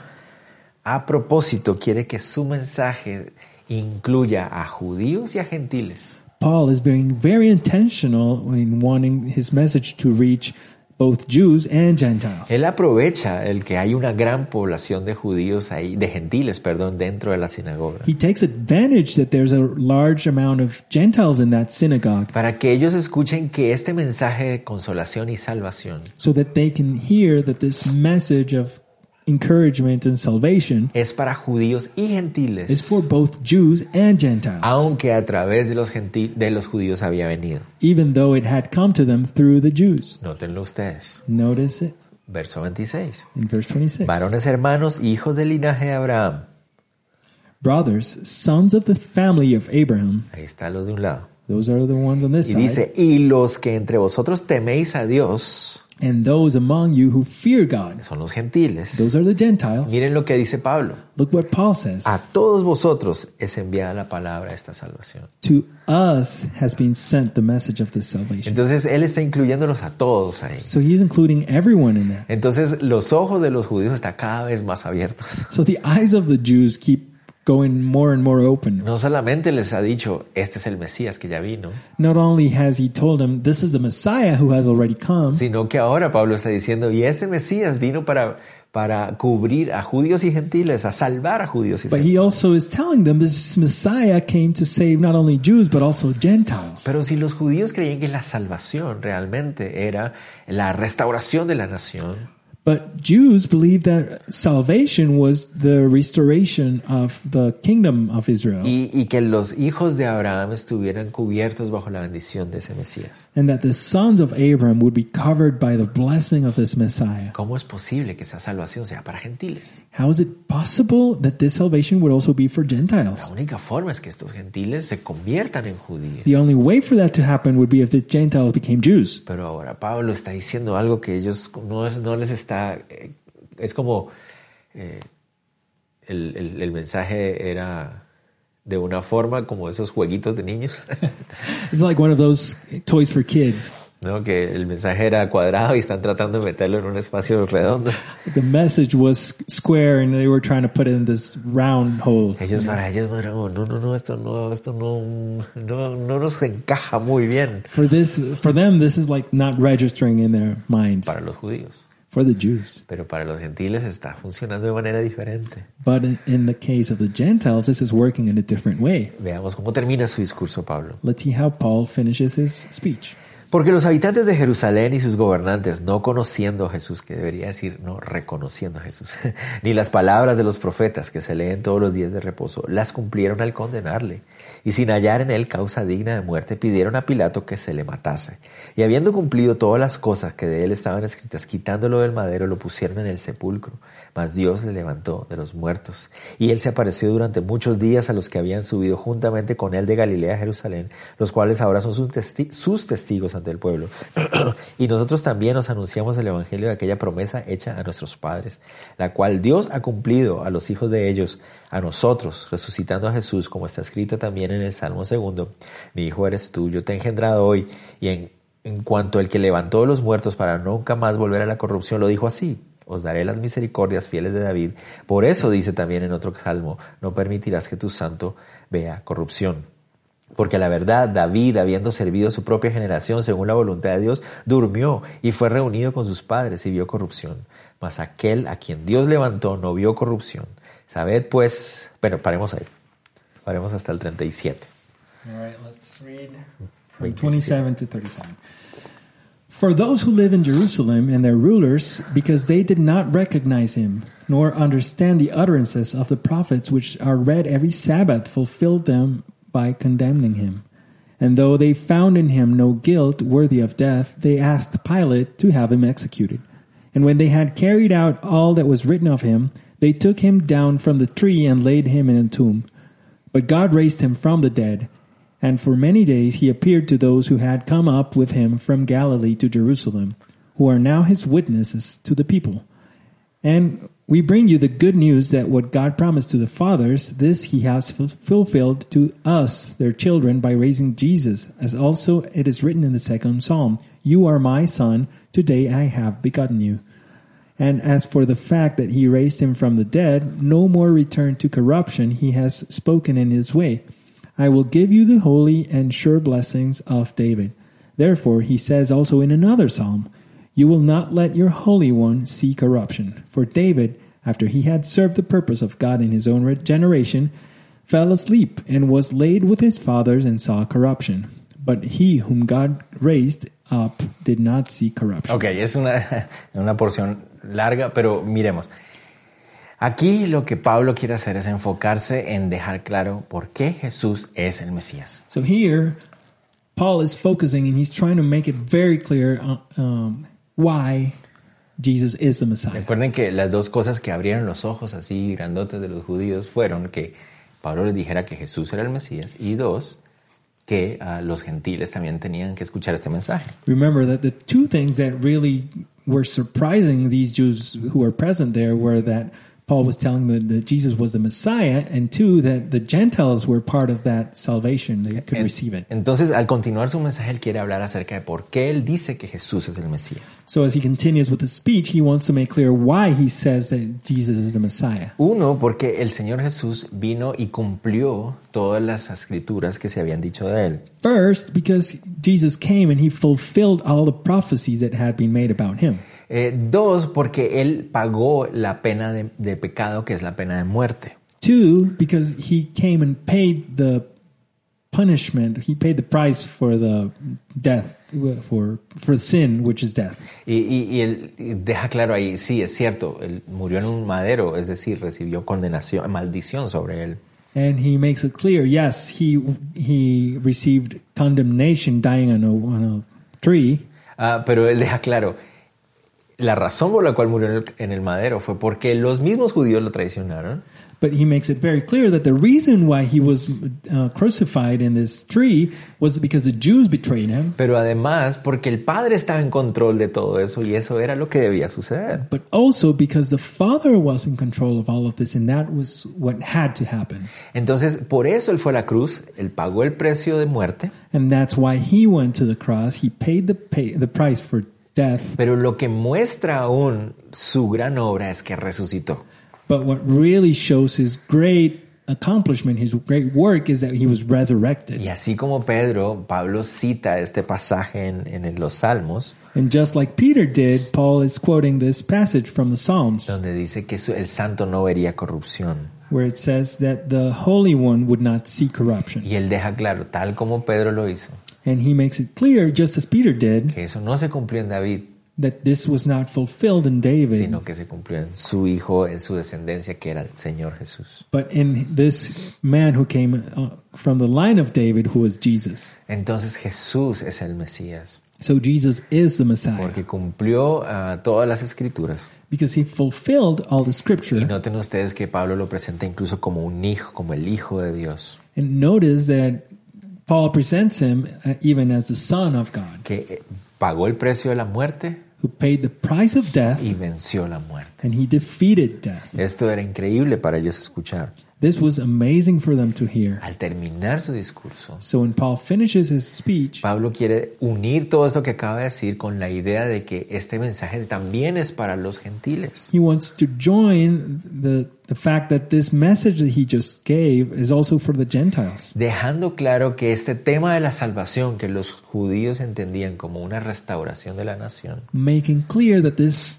S1: a propósito quiere que su mensaje incluya a judíos y a gentiles.
S2: Paul is being very intentional in wanting his message to reach both Jews and Gentiles.
S1: Él aprovecha el que hay una gran población de judíos ahí, de gentiles, perdón, dentro de la sinagoga,
S2: He takes advantage that there's a large amount of Gentiles in that synagogue
S1: para que ellos escuchen que este mensaje de consolación y salvación
S2: so that they can hear that this message of encouragement and salvation
S1: es para judíos y gentiles,
S2: is for both Jews and Gentiles,
S1: aunque a través de los, genti- de los judíos había venido.
S2: even though it had come to them through the Jews.
S1: Nótenlo ustedes.
S2: Notice it
S1: Verso 26.
S2: in verse 26.
S1: Varones hermanos, hijos del linaje de Abraham.
S2: Brothers, sons of the family of Abraham,
S1: Ahí están los de un lado.
S2: those are the ones on this
S1: Y dice,
S2: side,
S1: y los que entre vosotros teméis a Dios,
S2: and those among you who fear God,
S1: son los gentiles.
S2: those are the Gentiles.
S1: Miren lo que dice Pablo.
S2: Look what Paul says.
S1: A todos vosotros es enviada la palabra de esta salvación.
S2: To us has been sent the message of this salvation.
S1: Entonces él está incluyéndonos a todos ahí.
S2: So he's including everyone in that.
S1: Entonces los ojos de los judíos están cada vez más abiertos.
S2: So the eyes of the Jews keep going more and more open.
S1: No solamente les ha dicho, este es el Mesías que ya vino,
S2: Not only has he told them this is the Messiah who has already come,
S1: sino que ahora Pablo está diciendo, y este Mesías vino para, para cubrir a judíos y gentiles, a salvar a judíos y
S2: but
S1: gentiles.
S2: he also is telling them this Messiah came to save not only Jews but also Gentiles.
S1: Pero si los judíos creían que la salvación realmente era la restauración de la nación,
S2: But Jews believed that salvation was the restoration of the kingdom of Israel
S1: y, y que los hijos de Abraham estuvieran cubiertos bajo la bendición de ese Mesías.
S2: and that the sons of Abram would be covered by the blessing of this Messiah.
S1: ¿Cómo es posible que esa salvación sea para gentiles?
S2: How is it possible that this salvation would also be for
S1: La
S2: Gentiles?
S1: única forma es que estos gentiles se conviertan en judíos.
S2: The only way for that to happen would be if the Gentiles became Jews.
S1: Pero ahora Pablo está diciendo algo que ellos no, no les está... eh, es como eh, el, el- el mensaje era de una forma como esos jueguitos de niños,
S2: It's like one of those toys for kids.
S1: ¿no? que el mensaje era cuadrado y están tratando de meterlo en un espacio redondo.
S2: The message was square and they were trying to put it in this round hole.
S1: Ellos para ellos no era como, no, no, no, esto no, esto no, no, no nos encaja muy bien
S2: For this, for them, this is like not registering in their minds.
S1: para los judíos.
S2: For the Jews.
S1: Pero para los gentiles está funcionando de manera diferente.
S2: But in- in the case of the Gentiles, this is working in a different way.
S1: Veamos cómo termina su discurso Pablo.
S2: Let's see how Paul finishes his speech.
S1: Porque los habitantes de Jerusalén y sus gobernantes, no conociendo a Jesús, que debería decir no reconociendo a Jesús, ni las palabras de los profetas que se leen todos los días de reposo, las cumplieron al condenarle, y sin hallar en él causa digna de muerte, pidieron a Pilato que se le matase. Y habiendo cumplido todas las cosas que de él estaban escritas, quitándolo del madero, lo pusieron en el sepulcro. Mas Dios le levantó de los muertos. Y él se apareció durante muchos días a los que habían subido juntamente con él de Galilea a Jerusalén, los cuales ahora son sus, testi- sus testigos ante el pueblo. y nosotros también nos anunciamos el evangelio de aquella promesa hecha a nuestros padres, la cual Dios ha cumplido a los hijos de ellos, a nosotros, resucitando a Jesús, como está escrito también en el Salmo segundo: Mi hijo eres tú, yo te he engendrado hoy, y en en cuanto el que levantó de los muertos para nunca más volver a la corrupción, lo dijo así. Os daré las misericordias fieles de David. Por eso dice también en otro salmo, no permitirás que tu santo vea corrupción. Porque la verdad, David, habiendo servido a su propia generación según la voluntad de Dios, durmió y fue reunido con sus padres y vio corrupción. Mas aquel a quien Dios levantó no vio corrupción. Sabed pues, bueno, paremos ahí. Paremos hasta el 37.
S2: All right, let's read from 27 to 37. For those who live in Jerusalem and their rulers, because they did not recognize him, nor understand the utterances of the prophets which are read every Sabbath, fulfilled them by condemning him. And though they found in him no guilt worthy of death, they asked Pilate to have him executed. And when they had carried out all that was written of him, they took him down from the tree and laid him in a tomb. But God raised him from the dead, and for many days he appeared to those who had come up with him from Galilee to Jerusalem, who are now his witnesses to the people. And we bring you the good news that what God promised to the fathers, this he has ful- fulfilled to us, their children, by raising Jesus, as also it is written in the second psalm, You are my son, today I have begotten you. And as for the fact that he raised him from the dead, no more return to corruption he has spoken in his way. I will give you the holy and sure blessings of David. Therefore, he says also in another psalm, You will not let your Holy One see corruption. For David, after he had served the purpose of God in his own regeneration, fell asleep and was laid with his fathers and saw corruption. But he whom God raised up did not see corruption.
S1: Ok, es una, una porción larga, pero miremos. Aquí lo que Pablo quiere hacer es enfocarse en dejar claro por qué Jesús es el Mesías.
S2: So here, Paul is focusing and he's trying to make it very clear uh, um, why Jesus is the Messiah.
S1: Recuerden que las dos cosas que abrieron los ojos así grandotes de los judíos fueron que Pablo les dijera que Jesús era el Mesías y dos, que ah, los gentiles también tenían que escuchar este mensaje.
S2: Remember that the two things that really were surprising these Jews who were present there were that Paul was telling them that Jesus was the Messiah, and two, that the Gentiles were part of that salvation. They could receive it.
S1: Entonces, al continuar su mensaje, él quiere hablar acerca de por qué él dice que Jesús es el Mesías.
S2: So as he continues with the speech, he wants to make clear why he says that Jesus is the Messiah.
S1: Uno, porque el Señor Jesús vino y cumplió todas las escrituras que se habían dicho de él.
S2: First, because Jesus came and he fulfilled all the prophecies that had been made about him.
S1: Eh, dos, porque él pagó la pena de, de pecado, que es la pena de muerte.
S2: Two, because he came and paid the punishment, he paid the price for the death, for, for sin, which is death.
S1: Y, y- y él y deja claro ahí, sí, es cierto, él murió en un madero, es decir, recibió condenación, maldición sobre él.
S2: And he makes it clear, yes, he he received condemnation dying on a, on a tree,
S1: Ah, pero él deja claro, la razón por la cual murió en el, en el madero fue porque los mismos judíos lo traicionaron
S2: but he makes it very clear that the reason why he was uh, crucified in this tree was because the Jews betrayed him,
S1: Pero además porque el padre estaba en control de todo eso y eso era lo que debía suceder.
S2: but also because the Father was in control of all of this, and that was what had to happen.
S1: Entonces, por eso él fue a la cruz, él pagó el precio de muerte,
S2: And that's why he went to the cross. He paid the pay, the price for death.
S1: pero lo que muestra aún su gran obra es que resucitó.
S2: But what really shows his great accomplishment, his great work, is that he was resurrected.
S1: Y así como Pedro, Pablo cita este pasaje en, en los Salmos,
S2: And just like Peter did, Paul is quoting this passage from the Psalms
S1: donde dice que su- el santo no vería corrupción.
S2: where it says that the Holy One would not see corruption.
S1: Y él deja claro, tal como Pedro lo hizo,
S2: And he makes it clear, just as Peter did,
S1: que eso no se cumplió en David,
S2: that this was not fulfilled in David,
S1: sino que se cumplió en su hijo, en su descendencia, que era el Señor Jesús.
S2: but in this man who came uh, from the line of David, who was Jesus.
S1: Entonces Jesús es el Mesías.
S2: So Jesus is the Messiah
S1: porque cumplió ah, todas las escrituras.
S2: because he fulfilled all the
S1: Y
S2: scripture.
S1: noten ustedes que Pablo lo presenta incluso como un hijo, como el hijo de Dios,
S2: And notice that Paul presents him uh, even as the Son of God
S1: que eh, pagó el precio de la muerte
S2: who paid the price of death
S1: y venció la muerte.
S2: and he defeated death.
S1: Esto era increíble para ellos escuchar.
S2: This was amazing for them to hear.
S1: Al terminar su discurso,
S2: So when Paul finishes his speech,
S1: Pablo quiere unir todo esto que acaba de decir con la idea de que este mensaje también es para los gentiles.
S2: he wants to join the the fact that this message that he just gave is also for the Gentiles,
S1: Dejando claro que este tema de la salvación que los judíos entendían como una restauración de la nación,
S2: making clear that this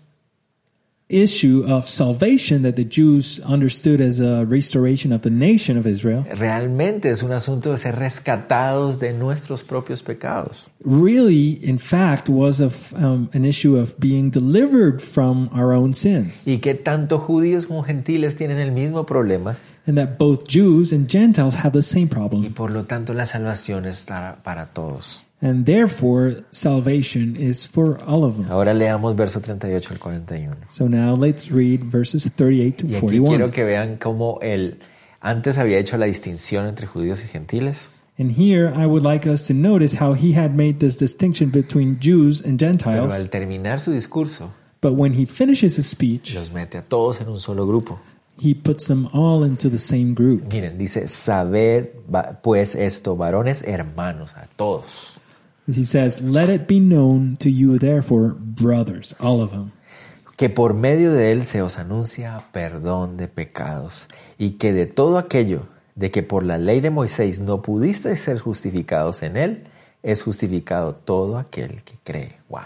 S2: issue of salvation that the Jews understood as a restoration of the nation of Israel
S1: realmente es un asunto de ser rescatados de nuestros propios pecados.
S2: really, in fact, was of um, an issue of being delivered from our own sins,
S1: Y que tanto judíos como gentiles tienen el mismo problema
S2: and that both Jews and Gentiles have the same problem.
S1: y por lo tanto la salvación está para todos.
S2: And therefore, salvation is for all of us.
S1: Ahora leamos verso 38 al 41.
S2: So now let's read verses 38
S1: Y
S2: to
S1: aquí
S2: 41.
S1: quiero que vean cómo él antes había hecho la distinción entre judíos y gentiles,
S2: And here I would like us to notice how he had made this distinction between Jews and
S1: pero
S2: Gentiles.
S1: al terminar su discurso
S2: But when he finishes his speech,
S1: los mete a todos en un solo grupo.
S2: he puts them all into the same group.
S1: Miren, dice, sabed va- pues esto, varones hermanos, a todos.
S2: He says, Let it be known to you, therefore, brothers, all of them.
S1: que por medio de él se os anuncia perdón de pecados, y que de todo aquello de que por la ley de Moisés no pudisteis ser justificados en él, es justificado todo aquel que cree. Wow.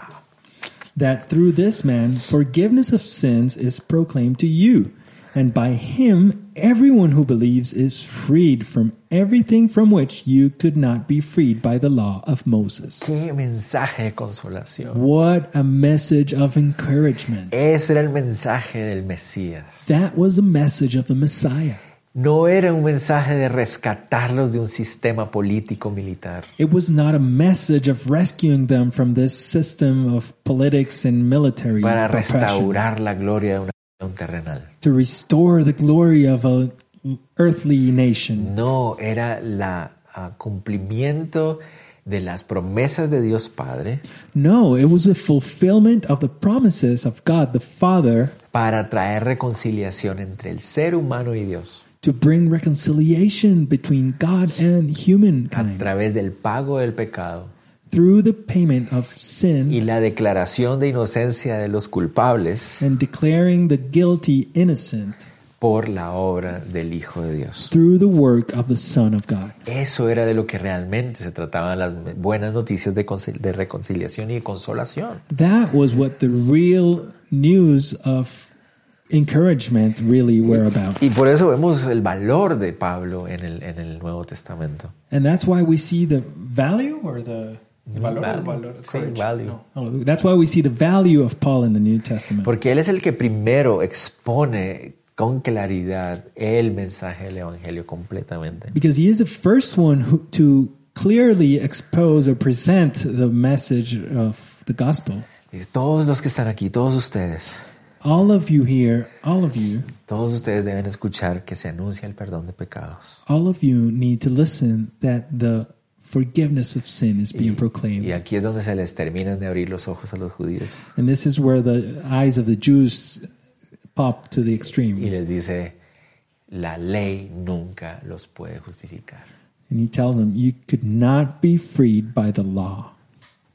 S2: that through this man forgiveness of sins is proclaimed to you, and by him everyone who believes is freed from everything from which you could not be freed by the law of Moses.
S1: Qué mensaje de consolación.
S2: What a message of encouragement.
S1: Ese era el mensaje del Mesías.
S2: That was the message of the Messiah.
S1: No era un mensaje de rescatarlos de un sistema político militar.
S2: It was not a message of rescuing them from this system of politics and military
S1: para
S2: oppression.
S1: restaurar la gloria de una nación terrenal.
S2: to restore the glory of a earthly nation.
S1: No, era la ah, cumplimiento de las promesas de Dios Padre
S2: No, it was a fulfillment of the promises of God the Father
S1: para traer reconciliación entre el ser humano y Dios
S2: to bring reconciliation between God and
S1: a
S2: humankind
S1: través del pago del pecado
S2: through the payment of sin
S1: y la declaración de inocencia de los culpables
S2: and declaring the guilty innocent
S1: por la obra del Hijo de Dios.
S2: through the work of the Son of God.
S1: Eso era de lo que realmente se trataban las buenas noticias de, concil- de reconciliación y de consolación.
S2: That was what the real news of encouragement really were about.
S1: Y por eso vemos el valor de Pablo en el, en el Nuevo Testamento.
S2: And that's why we see the value or the
S1: Valor, sí, value.
S2: Oh, that's why we see the value of Paul in the New Testament.
S1: Porque él es el que primero expone con claridad el mensaje del Evangelio completamente.
S2: because he is the first one who, to clearly expose or present the message of the gospel.
S1: Dice, todos los que están aquí, todos ustedes,
S2: All of you here, all of you,
S1: todos ustedes deben escuchar que se anuncia el perdón de pecados
S2: all of you need to listen that the forgiveness of sin is being proclaimed.
S1: Y aquí es donde se les terminan de abrir los ojos a los judíos.
S2: And this is where the eyes of the Jews pop to the extreme.
S1: Y les dice, la ley nunca los puede justificar.
S2: And he tells them, You could not be freed by the law.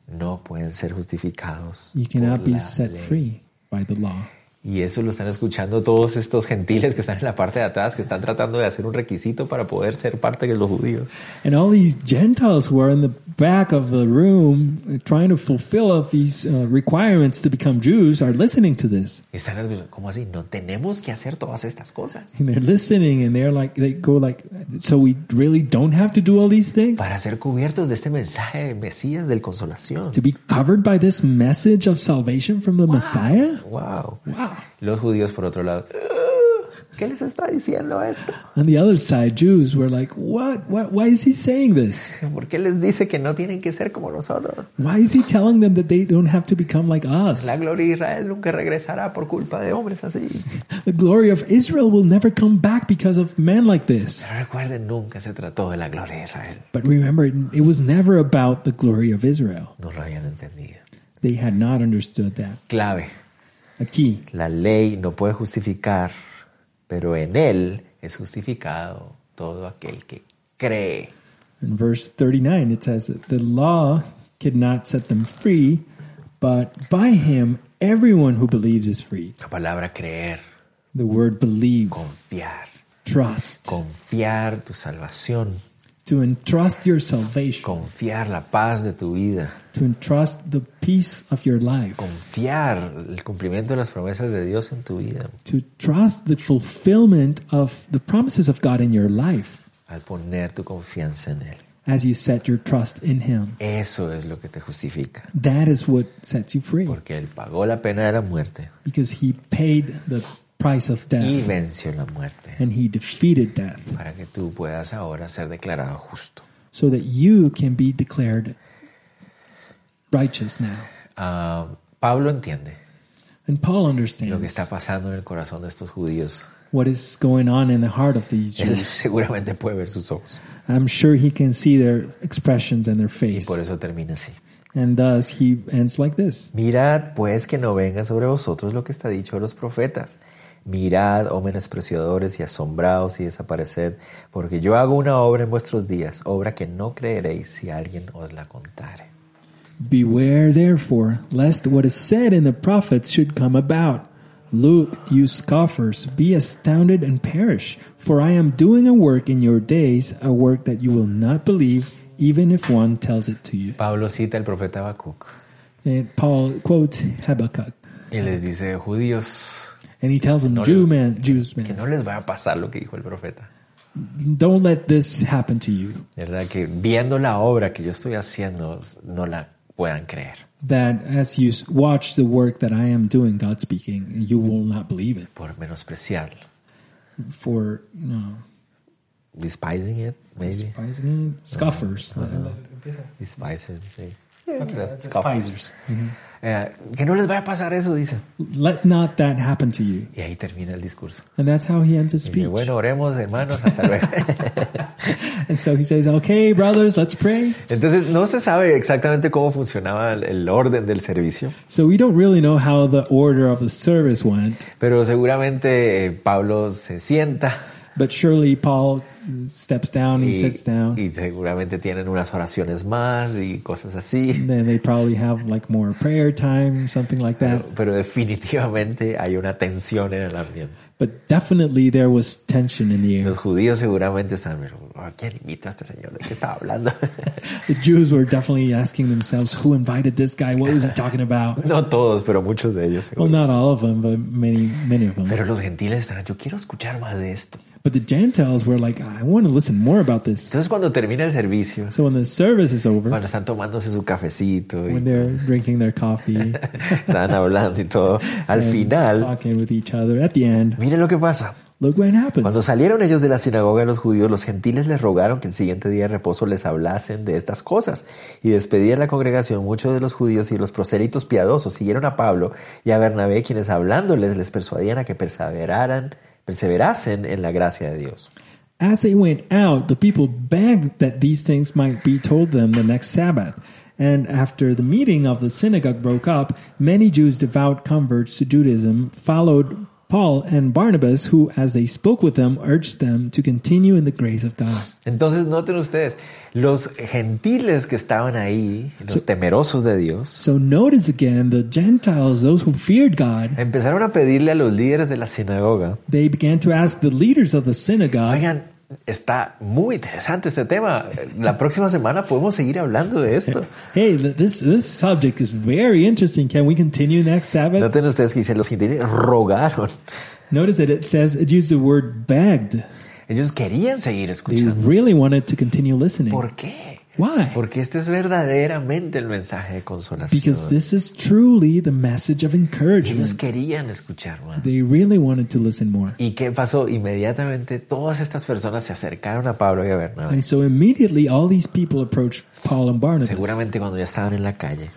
S1: No pueden ser justificados.
S2: You
S1: por
S2: cannot be
S1: la
S2: set
S1: ley.
S2: free by the law.
S1: Y eso lo están escuchando todos estos gentiles que están en la parte de atrás, que están tratando de hacer un requisito para poder ser parte de los judíos.
S2: And all these Gentiles who are in the back of the room uh, trying to fulfill of these uh, requirements to become Jews are listening to this.
S1: Y están escuchando, ¿cómo así? No tenemos que hacer todas estas cosas.
S2: And they're listening and they're like, they go like, so we really don't have to do all these things?
S1: Para ser cubiertos de este mensaje de Mesías del consolación.
S2: To be covered by this message of salvation from the Messiah?
S1: Wow.
S2: Wow.
S1: Los judíos, por otro lado, "Ugh, ¿qué les está diciendo esto?
S2: On the other side, Jews were like, what? what? Why is he saying this?
S1: ¿Por qué les dice que no tienen que ser como nosotros?
S2: Why is he telling them that they don't have to become like us?
S1: La gloria de Israel nunca regresará por culpa de hombres así.
S2: The glory of Israel will never come back because of men like this.
S1: Pero recuerden, nunca se trató de la gloria de Israel.
S2: But remember, it it was never about the glory of Israel.
S1: No lo habían entendido.
S2: They had not understood that.
S1: Clave.
S2: A key.
S1: La ley no puede justificar, pero en él es justificado todo aquel que cree.
S2: In verse 39, it says that the law could not set them free, but by him, everyone who believes is free.
S1: La palabra creer,
S2: The word believe,
S1: confiar,
S2: trust,
S1: confiar tu salvación,
S2: to entrust your salvation,
S1: confiar la paz de tu vida,
S2: to entrust the peace of your life,
S1: confiar el cumplimiento de las promesas de Dios en tu vida,
S2: to trust the fulfillment of the promises of God in your life
S1: al poner tu confianza en él.
S2: as you set your trust in him.
S1: Eso es lo que te justifica,
S2: That is what sets you free.
S1: porque él pagó la pena de la muerte
S2: because he paid the price of
S1: y
S2: death
S1: venció la muerte
S2: and he defeated death
S1: para que tú puedas ahora ser declarado justo.
S2: so that you can be declared righteous now.
S1: Ah, Pablo entiende
S2: And Paul
S1: lo que
S2: understands
S1: está pasando en el corazón de estos judíos.
S2: what is going on in the heart of these
S1: Él
S2: Jews.
S1: seguramente puede ver sus ojos.
S2: I'm sure he can see their expressions and their face.
S1: Por eso termina así.
S2: And thus he ends like this.
S1: Mirad pues que no venga sobre vosotros lo que está dicho de los profetas. Mirad, oh menospreciadores y asombrados y desapareced, porque yo hago una obra en vuestros días, obra que no creeréis si alguien os la contare.
S2: Beware therefore, lest what is said in the prophets should come about, Look, you scoffers, be astounded and perish, for I am doing a work in your days, a work that you will not believe, even if one tells it to you.
S1: Pablo cita al profeta Habacuc
S2: And Paul quotes Habakkuk,
S1: y les dice, judíos,
S2: and he tells them,
S1: No
S2: Jew
S1: les-
S2: man, Jews
S1: que
S2: man,
S1: no les va a pasar lo que dijo el profeta.
S2: don't let this happen to you,
S1: ¿Verdad? Que viendo la obra que yo estoy haciendo, no la puedan creer.
S2: that as you s- watch the work that I am doing, God speaking, you will not believe it.
S1: Por menospreciarlo.
S2: For, you know,
S1: Despising it, maybe.
S2: scoffers.
S1: Despisers, sí.
S2: Despisers.
S1: Eh, que no les va a pasar eso, dice.
S2: Let not that happen to you.
S1: Y ahí termina el discurso.
S2: And that's how he ends his
S1: Y
S2: speech.
S1: bueno, oremos, hermanos, hasta luego.
S2: And so he says, okay, brothers, let's pray.
S1: Entonces, no se sabe exactamente cómo funcionaba el- el orden del servicio,
S2: So we don't really know how the order of the service went,
S1: pero seguramente eh, Pablo se sienta
S2: but surely Paul steps down, he
S1: y,
S2: sits down.
S1: y seguramente tienen unas oraciones más y cosas así.
S2: Then they probably have like more prayer time, something like that.
S1: Pero definitivamente hay una tensión en el ambiente.
S2: But definitely there was tension in the air.
S1: Los judíos seguramente están, "Pero, ¿a quién invita a este señor? ¿De qué estaba hablando?
S2: The Jews were definitely asking themselves, who invited this guy? What was he talking about?
S1: no todos, pero muchos de ellos.
S2: Well,
S1: seguro.
S2: not all of them, but many, many of them.
S1: Pero los gentiles están, yo quiero escuchar más de esto.
S2: But the Gentiles were like, I want to listen more about this.
S1: Entonces cuando termina el servicio,
S2: So when the service is over,
S1: cuando están tomándose su cafecito
S2: when
S1: y
S2: they're drinking their coffee,
S1: están hablando y todo, al
S2: and
S1: final,
S2: talking with each other, at the end,
S1: miren lo que pasa.
S2: look what happens.
S1: Cuando salieron ellos de la sinagoga de los judíos, los gentiles les rogaron que el siguiente día de reposo les hablasen de estas cosas. Y despedida la congregación, muchos de los judíos y los prosélitos piadosos siguieron a Pablo y a Bernabé, quienes hablándoles les persuadían a que perseveraran, perseverasen en la gracia de Dios.
S2: As they went out, the people begged that these things might be told them the next Sabbath. And after the meeting of the synagogue broke up, many Jews, devout converts to Judaism, followed Paul and Barnabas, who, as they spoke with them, urged them to continue in the grace of God.
S1: Entonces noten ustedes, los gentiles que estaban ahí, los temerosos de Dios,
S2: So notice again, the Gentiles, those who feared God,
S1: empezaron a pedirle a los líderes de la sinagoga,
S2: they began to ask the leaders of the synagogue,
S1: oigan, está muy interesante este tema, la próxima semana podemos seguir hablando de esto.
S2: "Hey, th- this this subject is very interesting. Can we continue next Sabbath?"
S1: Noten ustedes que dice, los gentiles rogaron.
S2: Notice that it says it used the word begged.
S1: Ellos querían seguir
S2: They
S1: escuchando.
S2: really wanted to continue listening.
S1: ¿Por qué?
S2: Why?
S1: Porque este es verdaderamente el mensaje de consolación.
S2: Because this is truly the message of
S1: Ellos
S2: encouragement.
S1: querían escuchar más.
S2: They really wanted to listen more.
S1: ¿Y qué pasó? Inmediatamente todas estas personas se acercaron a Pablo y a Bernabé.
S2: And so immediately all these people approached Paul and Barnabas.
S1: Seguramente cuando ya estaban en la calle.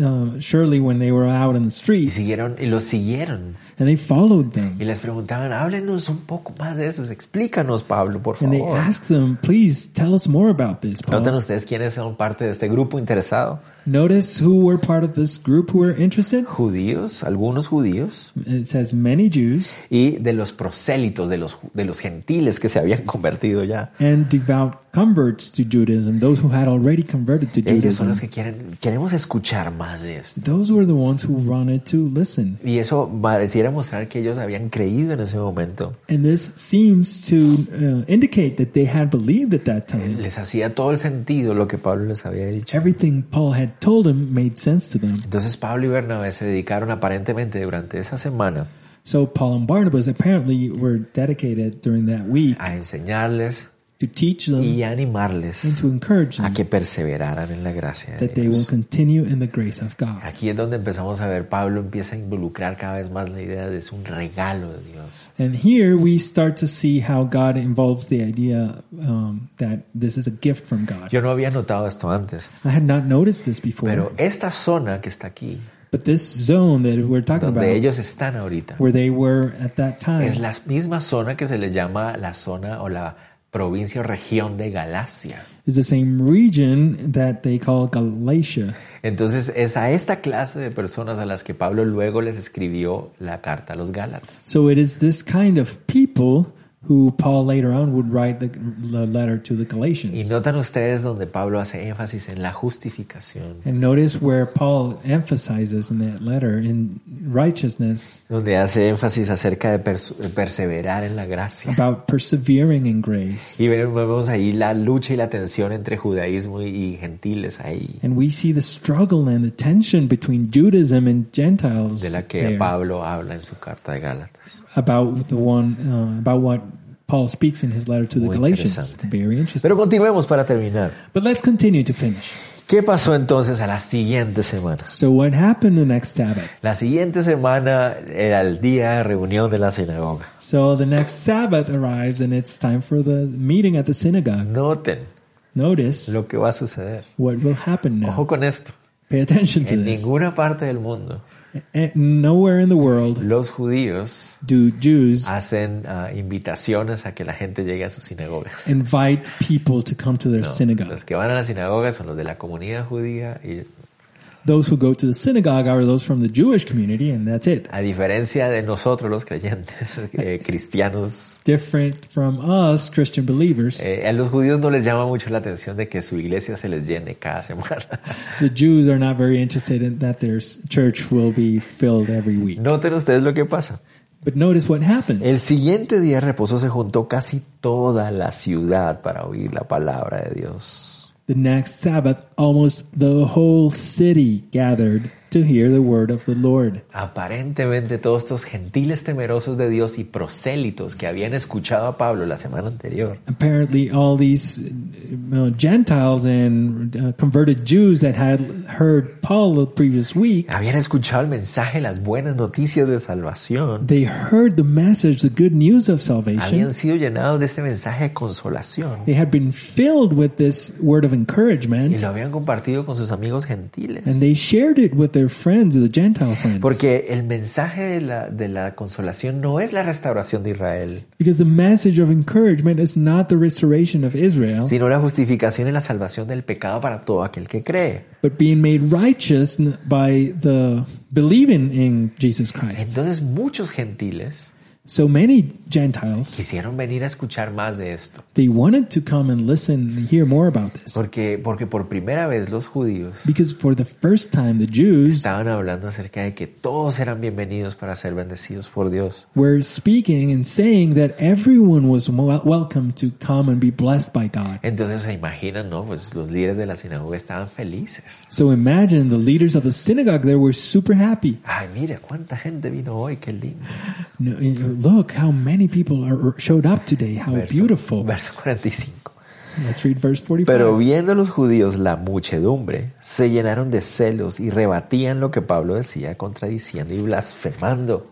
S2: Um, surely when they were out in the
S1: Y
S2: streets
S1: siguieron, y los siguieron.
S2: and they followed them.
S1: Y les preguntaban, háblenos un poco más de eso. Explícanos, Pablo, por
S2: And they
S1: favor.
S2: asked them, please tell us more about this,
S1: Noten
S2: Paul.
S1: ustedes quiénes son parte de este grupo interesado.
S2: Notice who were part of this group who were interested.
S1: Judíos, algunos judíos.
S2: It says many Jews
S1: y de los prosélitos, de los, ju- de los gentiles que se habían convertido ya.
S2: and devout converts to Judaism, those who had already converted to
S1: Ellos son
S2: Judaism.
S1: los que quieren, queremos escuchar más de esto.
S2: Those were the ones who wanted to listen.
S1: Y eso pareciera mostrar que ellos habían creído en ese momento.
S2: And this seems to uh, indicate that they had believed at that time.
S1: Les hacía todo el sentido lo que Pablo les había dicho.
S2: Everything Paul had told him made sense to them.
S1: Entonces Pablo y Bernabé se dedicaron aparentemente durante esa semana
S2: So Paul and Barnabas apparently were dedicated during that week
S1: a enseñarles
S2: to teach them
S1: y a
S2: and
S1: animarles
S2: to encourage
S1: a
S2: them
S1: que perseveraran en la gracia de
S2: that they will
S1: Dios.
S2: continue in the grace of God.
S1: Aquí es donde empezamos a ver, Pablo empieza a involucrar cada vez más la idea de es un regalo de Dios.
S2: And here we start to see how God involves the idea um, that this is a gift from God.
S1: Yo no había notado esto antes.
S2: I had not noticed this before,
S1: Pero esta zona que está aquí,
S2: but this zone that we're talking
S1: donde
S2: about,
S1: ellos están ahorita,
S2: where they were at that time,
S1: es la misma zona que se le llama la zona o la provincia o región de Galacia.
S2: is the same region that they call Galatia.
S1: Entonces es a esta clase de personas a las que Pablo luego les escribió la carta a los Gálatas.
S2: So it is this kind of people who Paul later on would write the, the letter to the
S1: Y
S2: Galatians.
S1: notan ustedes donde Pablo hace énfasis en la justificación,
S2: And notice where Paul emphasizes in that letter in righteousness
S1: donde hace énfasis acerca de persu- de perseverar en la gracia.
S2: about persevering in grace.
S1: Y vemos- vemos ahí la lucha y la tensión entre judaísmo y- y gentiles ahí,
S2: And we see the struggle and the tension between Judaism and Gentiles
S1: de la que
S2: there,
S1: Pablo habla en su carta de Gálatas.
S2: about the one uh, about what Paul speaks in his letter to the
S1: Muy
S2: Galatians.
S1: interesante.
S2: Very interesting.
S1: Pero continuemos para terminar.
S2: But let's continue to finish.
S1: ¿Qué pasó entonces a las siguientes semanas?
S2: So what happened the next Sabbath?
S1: La siguiente semana era el día de reunión de la sinagoga.
S2: So the next Sabbath arrives and it's time for the meeting at the synagogue.
S1: Noten
S2: Notice
S1: lo que va a suceder.
S2: what will happen now.
S1: Ojo con esto.
S2: Pay attention to
S1: En
S2: this.
S1: ninguna parte del mundo
S2: And nowhere in the world
S1: los judíos
S2: do Jews
S1: hacen ah, invitaciones a que la gente llegue a su sinagoga.
S2: invite people to come to their
S1: No,
S2: synagogue.
S1: Los que van a la sinagoga son los de la comunidad judía y
S2: Those who go to the synagogue are those from the Jewish community, and that's it.
S1: a diferencia de nosotros los creyentes eh, cristianos,
S2: Different from us, Christian believers,
S1: eh, a los judíos no les llama mucho la atención de que su iglesia se les llene cada semana.
S2: the Jews are not very interested in that their s- church will be filled every week.
S1: Noten ustedes lo que pasa.
S2: But notice what happens.
S1: El siguiente día de reposo se juntó casi toda la ciudad para oír la palabra de Dios.
S2: The next Sabbath, almost the whole city gathered to hear the word of the Lord.
S1: Aparentemente todos estos gentiles temerosos de Dios y prosélitos que habían escuchado a Pablo la semana anterior
S2: Apparently, all these uh, Gentiles and uh, converted Jews that had heard Paul the previous week,
S1: habían escuchado el mensaje, las buenas noticias de salvación,
S2: they heard the message, the good news of
S1: habían
S2: salvation.
S1: sido llenados de este mensaje de consolación
S2: They had been filled with this word of
S1: y
S2: encouragement,
S1: lo habían compartido con sus amigos gentiles.
S2: and they shared it with their friends, the Gentile friends.
S1: Porque el mensaje de la, de la consolación no es la restauración de Israel,
S2: Because the message of encouragement is not the restoration of Israel,
S1: sino la justificación y la salvación del pecado para todo aquel que cree.
S2: but being made righteous n- by the believing in Jesus Christ.
S1: Entonces muchos gentiles
S2: So many Gentiles,
S1: quisieron venir a escuchar más de esto,
S2: they wanted to come and listen and hear more about this.
S1: porque, porque por primera vez los judíos
S2: Because for the first time, the Jews
S1: estaban hablando acerca de que todos eran bienvenidos para ser bendecidos por Dios.
S2: were speaking and saying that everyone was wel- welcome to come and be blessed by God.
S1: Entonces se imaginan, ¿no? Pues los líderes de la sinagoga estaban felices.
S2: So imagine the leaders of the synagogue there were super happy.
S1: Ay, mira, cuánta gente vino hoy, qué lindo.
S2: No, eh, Look how many people are, showed up today. How beautiful.
S1: Verso 45.
S2: Let's read verse 45.
S1: Pero viendo los judíos la muchedumbre, se llenaron de celos y rebatían lo que Pablo decía, contradiciendo y blasfemando.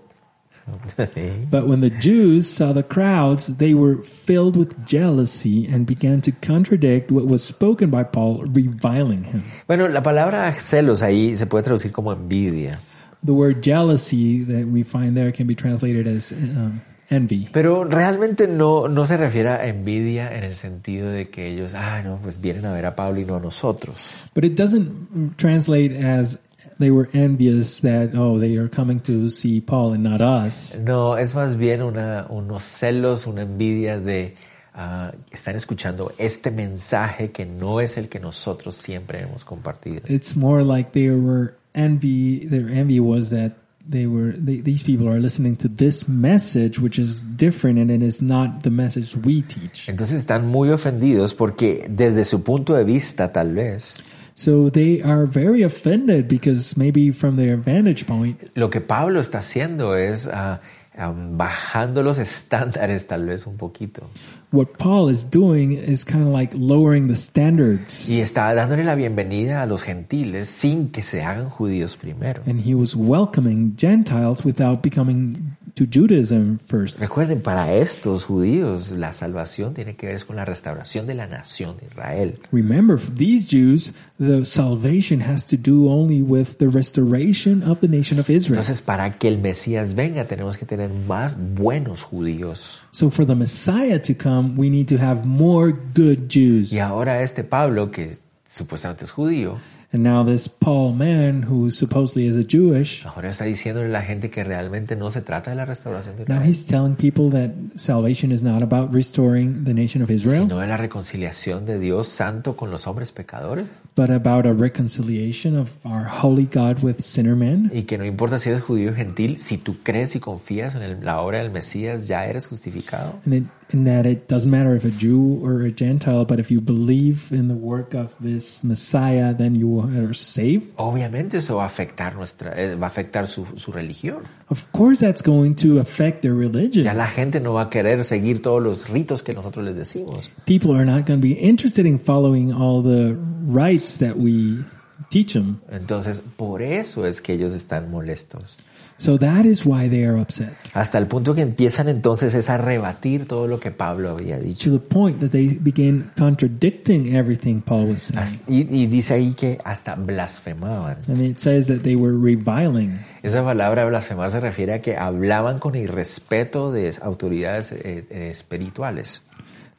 S2: But when the Jews saw the crowds, they were filled with jealousy and began to contradict what was spoken by Paul, reviling him.
S1: Bueno, la palabra celos ahí se puede traducir como envidia,
S2: The word jealousy that we find there can be translated as um, envy.
S1: pero realmente no, no se refiere a envidia en el sentido de que ellos, ah, no, pues vienen a ver a Pablo y no a nosotros.
S2: But it doesn't translate as they were envious that, oh, they are coming to see Paul and not us.
S1: No, es más bien una, unos celos, una envidia de ah, están escuchando este mensaje que no es el que nosotros siempre hemos compartido.
S2: It's more like they were envy, their envy was that they were, they, these people are listening to this message, which is different and it is not the message we teach.
S1: Entonces están muy ofendidos porque desde su punto de vista tal vez
S2: So they are very offended because maybe from their vantage point,
S1: lo que Pablo está haciendo es ah, ah, bajando los estándares tal vez un poquito
S2: what Paul is doing is kind of like lowering the standards.
S1: y está dándole la bienvenida a los gentiles sin que se hagan judíos primero.
S2: And he was welcoming Gentiles without becoming to Judaism first.
S1: Recuerden, para estos judíos la salvación tiene que ver es con la restauración de la nación de Israel.
S2: Remember, for these Jews, the salvation has to do only with the restoration of the nation of Israel.
S1: Entonces, para que el Mesías venga, tenemos que tener más buenos judíos.
S2: So for the Messiah to come, we need to have more good Jews.
S1: Y ahora este Pablo, que supuestamente es judío,
S2: And now this Paul man, who supposedly is a Jewish,
S1: Ahora está diciéndole a la gente que realmente no se trata de la restauración de
S2: now
S1: Israel,
S2: he's telling people that salvation is not about restoring the nation of Israel,
S1: sino de la reconciliación de Dios santo con los hombres pecadores.
S2: but about a reconciliation of our holy God with sinner men.
S1: Y que no importa si eres judío o gentil, si tú crees y confías en el- la obra del Mesías, ya eres justificado.
S2: And, it, and that it doesn't matter if a Jew or a Gentile, but if you believe in the work of this Messiah, then you are saved.
S1: Obviamente eso va a afectar, nuestra, eh, va a afectar su, su religión.
S2: Of course, that's going to affect their religion.
S1: Ya la gente no va a querer seguir todos los ritos que nosotros les decimos.
S2: People are not going to be interested in following all the rites that we teach them.
S1: Entonces, por eso es que ellos están molestos.
S2: So that is why they are upset.
S1: Hasta el punto que empiezan entonces es a rebatir todo lo que Pablo había dicho.
S2: To the point that they begin contradicting everything Paul was saying.
S1: As- Y, y dice ahí que hasta blasfemaban.
S2: And it says that they were reviling.
S1: Esa palabra blasfemar se refiere a que hablaban con irrespeto de autoridades eh, eh, espirituales.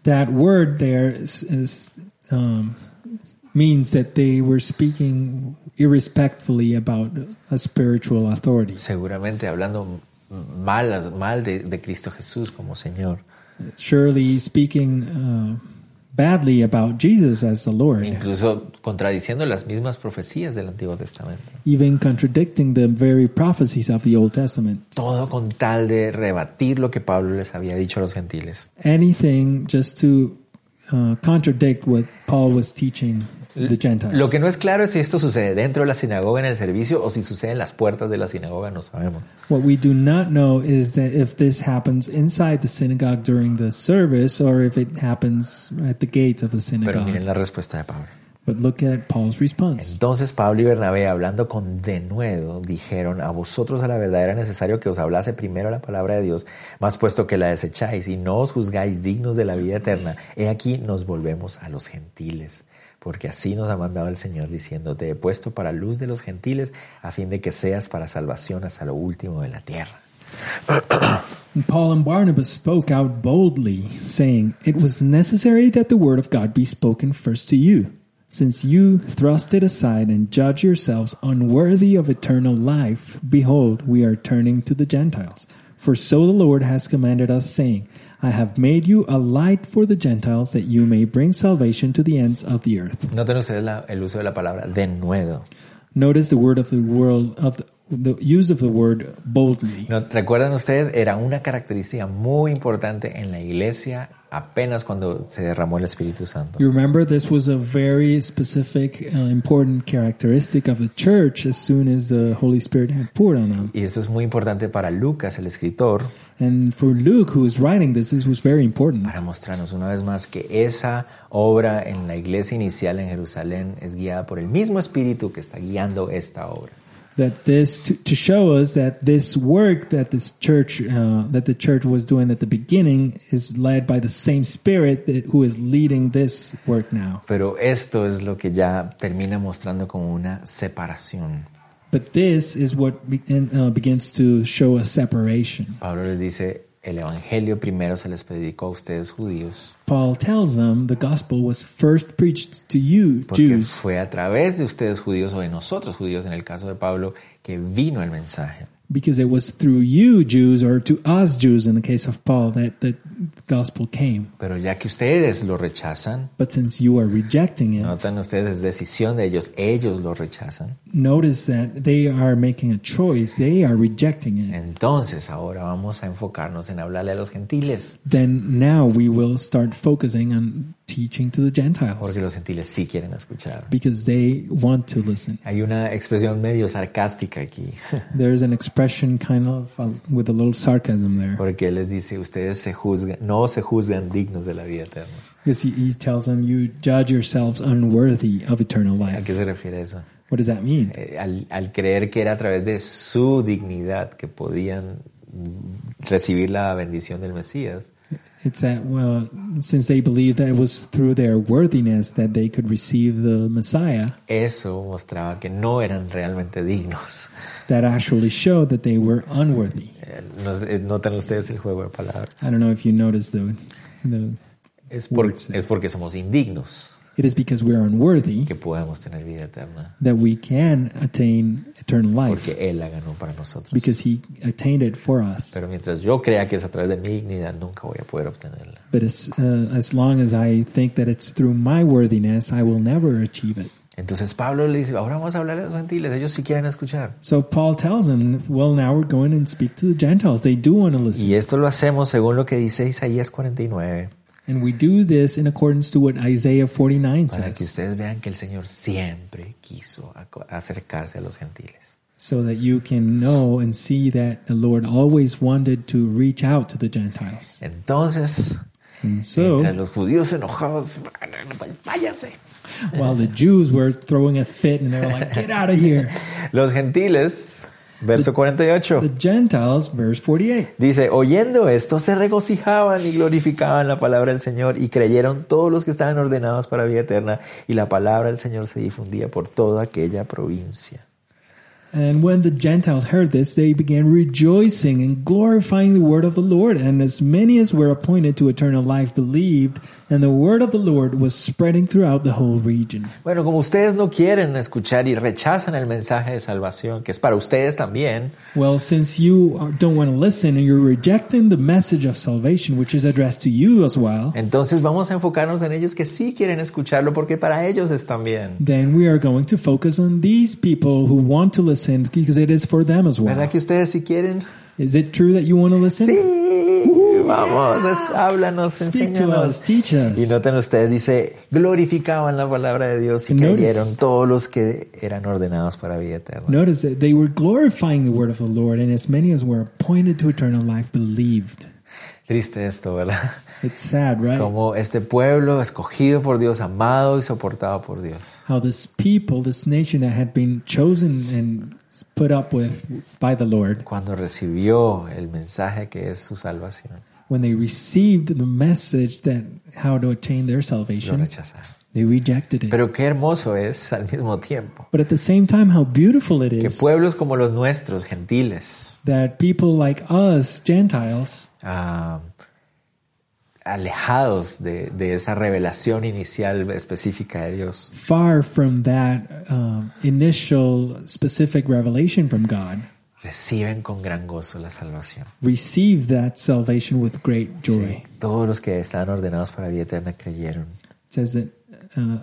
S2: That word there is, is, um, means that they were speaking irrespectfully about a spiritual authority.
S1: Seguramente hablando malas, mal de, de Cristo Jesús como Señor.
S2: Surely speaking uh, badly about Jesus as the Lord,
S1: Incluso contradiciendo las mismas profecías del Antiguo Testamento.
S2: even contradicting the very prophecies of the Old Testament.
S1: Todo con tal de rebatir lo que Pablo les había dicho a los gentiles.
S2: Anything just to uh, contradict what Paul was teaching the Gentiles.
S1: Lo que no es claro es si esto sucede dentro de la sinagoga en el servicio o si sucede en las puertas de la sinagoga, no sabemos.
S2: What we do not know is that if this happens inside the synagogue during the service or if it happens at the gates of the
S1: Pero
S2: synagogue.
S1: miren la respuesta de Pablo.
S2: But look at Paul's response.
S1: Entonces Pablo y Bernabé, hablando con denuedo, dijeron, a vosotros a la verdad era necesario que os hablase primero la palabra de Dios, mas puesto que la desecháis y no os juzgáis dignos de la vida eterna, he aquí nos volvemos a los gentiles, porque así nos ha mandado el Señor diciendo, te he puesto para luz de los gentiles, a fin de que seas para salvación hasta lo último de la tierra.
S2: And Paul and Barnabas spoke out boldly, saying, It was necessary that the word of God be spoken first to you, since you thrust it aside and judge yourselves unworthy of eternal life. Behold, we are turning to the Gentiles. For so the Lord has commanded us, saying, I have made you a light for the Gentiles, that you may bring salvation to the ends of the earth.
S1: Noten ustedes la- el uso de la palabra denuedo.
S2: Notice the word of the world of the, the use of the word boldly.
S1: No, Recuerdan ustedes, era una característica muy importante en la iglesia apenas cuando se derramó el Espíritu Santo.
S2: You remember this was a very specific, uh, important characteristic of the church as soon as the Holy Spirit had poured on them.
S1: Y eso es muy importante para Lucas, el escritor,
S2: And for Luke, who was writing this, this was very important
S1: para mostrarnos una vez más que esa obra en la iglesia inicial en Jerusalén es guiada por el mismo Espíritu que está guiando esta obra.
S2: that this to, to show us that this work that this church uh, that the church was doing at the beginning is led by the same Spirit that, who is leading this work now.
S1: Pero esto es lo que ya termina mostrando como una separación.
S2: But this is what be, and, uh, begins to show a separation.
S1: Pablo les dice, el Evangelio primero se les predicó a ustedes judíos,
S2: Paul tells them the gospel was first preached to you,
S1: porque
S2: Jews.
S1: fue a través de ustedes judíos o de nosotros judíos, en el caso de Pablo, que vino el mensaje.
S2: because it was through you Jews or to us Jews in the case of Paul that the gospel came.
S1: Pero ya que ustedes lo rechazan,
S2: But since you are rejecting it,
S1: notan ustedes, es decisión de ellos, ellos lo rechazan.
S2: notice that they are making a choice. They are rejecting it.
S1: Entonces ahora vamos a enfocarnos en hablarle a los gentiles,
S2: Then now we will start focusing on teaching to the Gentiles
S1: porque los gentiles sí quieren escuchar.
S2: because they want to listen.
S1: Hay una expresión medio sarcástica aquí,
S2: There's an expression kind of uh, with a little sarcasm there
S1: porque él les dice, ustedes se juzgan, no se juzgan dignos de la vida eterna.
S2: because he, he tells them, You judge yourselves unworthy of eternal
S1: ¿A
S2: life.
S1: qué se refiere eso?
S2: What does that mean?
S1: Eh, al, al creer que era a través de su dignidad que podían mm, recibir la bendición del Mesías,
S2: It's that, well, since they believed that it was through their worthiness that they could receive the Messiah,
S1: eso mostraba que no eran realmente dignos.
S2: that actually showed that they were unworthy.
S1: Eh, nos- eh, Notan ustedes el juego de palabras.
S2: I don't know if you noticed the, the
S1: Es, por- es porque somos indignos.
S2: It is because we are unworthy
S1: que podamos tener vida eterna,
S2: that we can attain eternal life
S1: porque Él la ganó para nosotros.
S2: because he attained it for us.
S1: Pero mientras yo crea que es a través de mi dignidad, nunca voy a poder obtenerla.
S2: But as, uh, as long as I think that it's through my worthiness, I will never achieve it.
S1: Entonces Pablo le dice, ahora vamos a hablarle a los gentiles, ellos sí quieren escuchar.
S2: So Paul tells him, well, now we're going and speak to the Gentiles. They do want to listen.
S1: Y esto lo hacemos según lo que dice Isaías 49,
S2: And we do this in accordance to what Isaiah 49
S1: para que
S2: says,
S1: ustedes vean que el Señor siempre quiso aco- acercarse a los gentiles.
S2: so that you can know and see that the Lord always wanted to reach out to the Gentiles.
S1: Entonces,
S2: And
S1: mientras
S2: so
S1: los judíos enojados, váyanse.
S2: while the Jews were throwing a fit and they were like, get out of here,
S1: Los gentiles, verso 48.
S2: the Gentiles, verse 48.
S1: Dice, oyendo esto, se regocijaban y glorificaban la palabra del Señor y creyeron todos los que estaban ordenados para vida eterna y la palabra del Señor se difundía por toda aquella provincia.
S2: And when the Gentiles heard this, they began rejoicing and glorifying the word of the Lord. And as many as were appointed to eternal life believed, and the word of the Lord was spreading throughout the whole region.
S1: Bueno, como ustedes no quieren escuchar y rechazan el mensaje de salvación, que es para ustedes también,
S2: Well, since you are- don't want to listen and you're rejecting the message of salvation, which is addressed to you as well,
S1: entonces vamos a enfocarnos en ellos que sí quieren escucharlo porque para ellos es también.
S2: then we are going to focus on these people who want to listen because it is for them as well.
S1: ¿Verdad que ustedes sí quieren?
S2: Is it true that you want to listen?
S1: Sí, vamos, es- háblanos,
S2: Speak to us,
S1: enséñanos.
S2: teach us.
S1: Y noten ustedes, dice, glorificaban la palabra de Dios y
S2: And notice-
S1: creyeron todos los que eran ordenados para vida eterna.
S2: Notice that they were glorifying the word of the Lord, and as many as were appointed to eternal life believed.
S1: Triste esto, ¿verdad?
S2: It's sad, right?
S1: Como este pueblo escogido por Dios, amado y soportado por Dios.
S2: How this people, this nation that had been chosen and put up with by the Lord,
S1: Cuando recibió el mensaje que es su salvación,
S2: when they received the message that how to attain their
S1: lo
S2: salvation,
S1: rechazaron.
S2: they rejected it.
S1: Pero qué hermoso es al mismo tiempo
S2: But at the same time, how beautiful it
S1: que
S2: is
S1: pueblos como los nuestros, gentiles,
S2: that people like us, Gentiles,
S1: ah, alejados de, de esa revelación inicial específica de Dios,
S2: far from that um, initial specific revelation from God,
S1: reciben con gran gozo la salvación.
S2: receive that salvation with great joy.
S1: Todos los que estaban ordenados para vida eterna creyeron.
S2: It says that uh,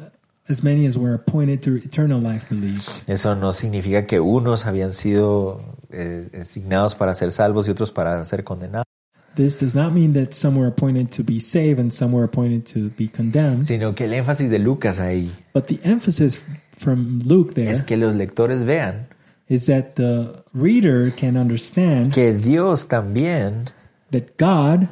S2: as many as were appointed to eternal life believed.
S1: Eso no significa que unos habían sido eh, asignados para ser salvos y otros para ser condenados,
S2: This does not mean that some were appointed to be saved and some were appointed to be condemned.
S1: sino que el énfasis de Lucas ahí
S2: But the emphasis from Luke there
S1: es
S2: is
S1: que los lectores vean
S2: that the reader can understand
S1: que Dios también
S2: that God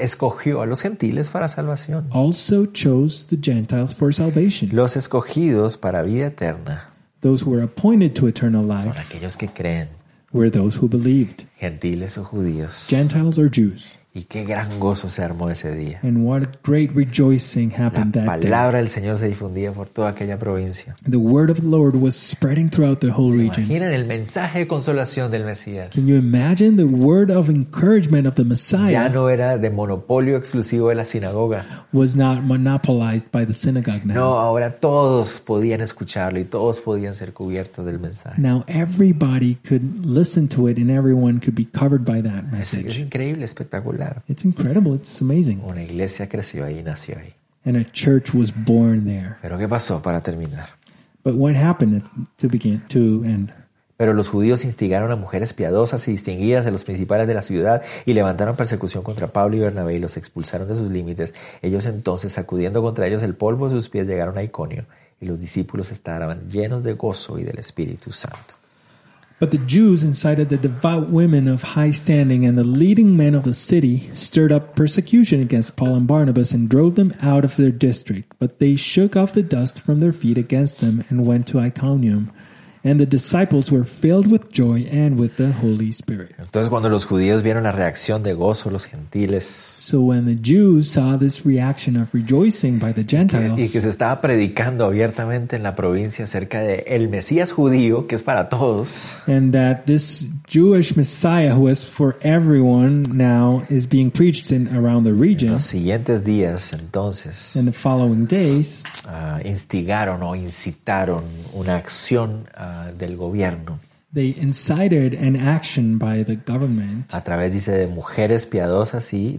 S1: escogió a los gentiles para salvación,
S2: also chose the Gentiles for salvation.
S1: los escogidos para vida eterna,
S2: Those who were appointed to eternal
S1: son
S2: life
S1: aquellos que creen,
S2: were those who believed,
S1: gentiles o judíos.
S2: Gentiles or Jews.
S1: Y qué gran gozo se armó ese día.
S2: And what great rejoicing happened that day.
S1: Palabra del Señor se difundía por toda aquella provincia.
S2: The word of the Lord was spreading throughout the whole region.
S1: Imaginan el mensaje de consolación del Mesías.
S2: Can you imagine the word of encouragement of the
S1: Ya
S2: Messiah
S1: no era de monopolio exclusivo de la sinagoga.
S2: was not monopolized by the synagogue now?
S1: No, ahora todos podían escucharlo y todos podían ser cubiertos del mensaje.
S2: Now everybody could listen to it and everyone could be covered by that
S1: Es, es
S2: message.
S1: increíble, espectacular.
S2: It's incredible. It's amazing.
S1: Una iglesia creció ahí, nació ahí.
S2: And a church was born there.
S1: Pero ¿qué pasó para terminar?
S2: But what happened to begin to end?
S1: Pero los judíos instigaron a mujeres piadosas y distinguidas de los principales de la ciudad y levantaron persecución contra Pablo y Bernabé y los expulsaron de sus límites. Ellos entonces, sacudiendo contra ellos el polvo de sus pies, llegaron a Iconio y los discípulos estaban llenos de gozo y del Espíritu Santo.
S2: But the Jews incited the devout women of high standing and the leading men of the city stirred up persecution against Paul and Barnabas and drove them out of their district. But they shook off the dust from their feet against them and went to Iconium and the disciples were filled with joy and with the Holy Spirit.
S1: Entonces cuando los judíos vieron la reacción de gozo, los gentiles,
S2: So when the Jews saw this reaction of rejoicing by the Gentiles,
S1: eh, y que se estaba predicando abiertamente en la provincia acerca de el Mesías judío, que es para todos,
S2: and that this Jewish Messiah, who is for everyone now, is being preached in around the region.
S1: los siguientes días entonces
S2: In the following days,
S1: ah, instigaron o incitaron una acción ah, del gobierno
S2: they incited an action by the government
S1: a través, dice, de mujeres piadosas y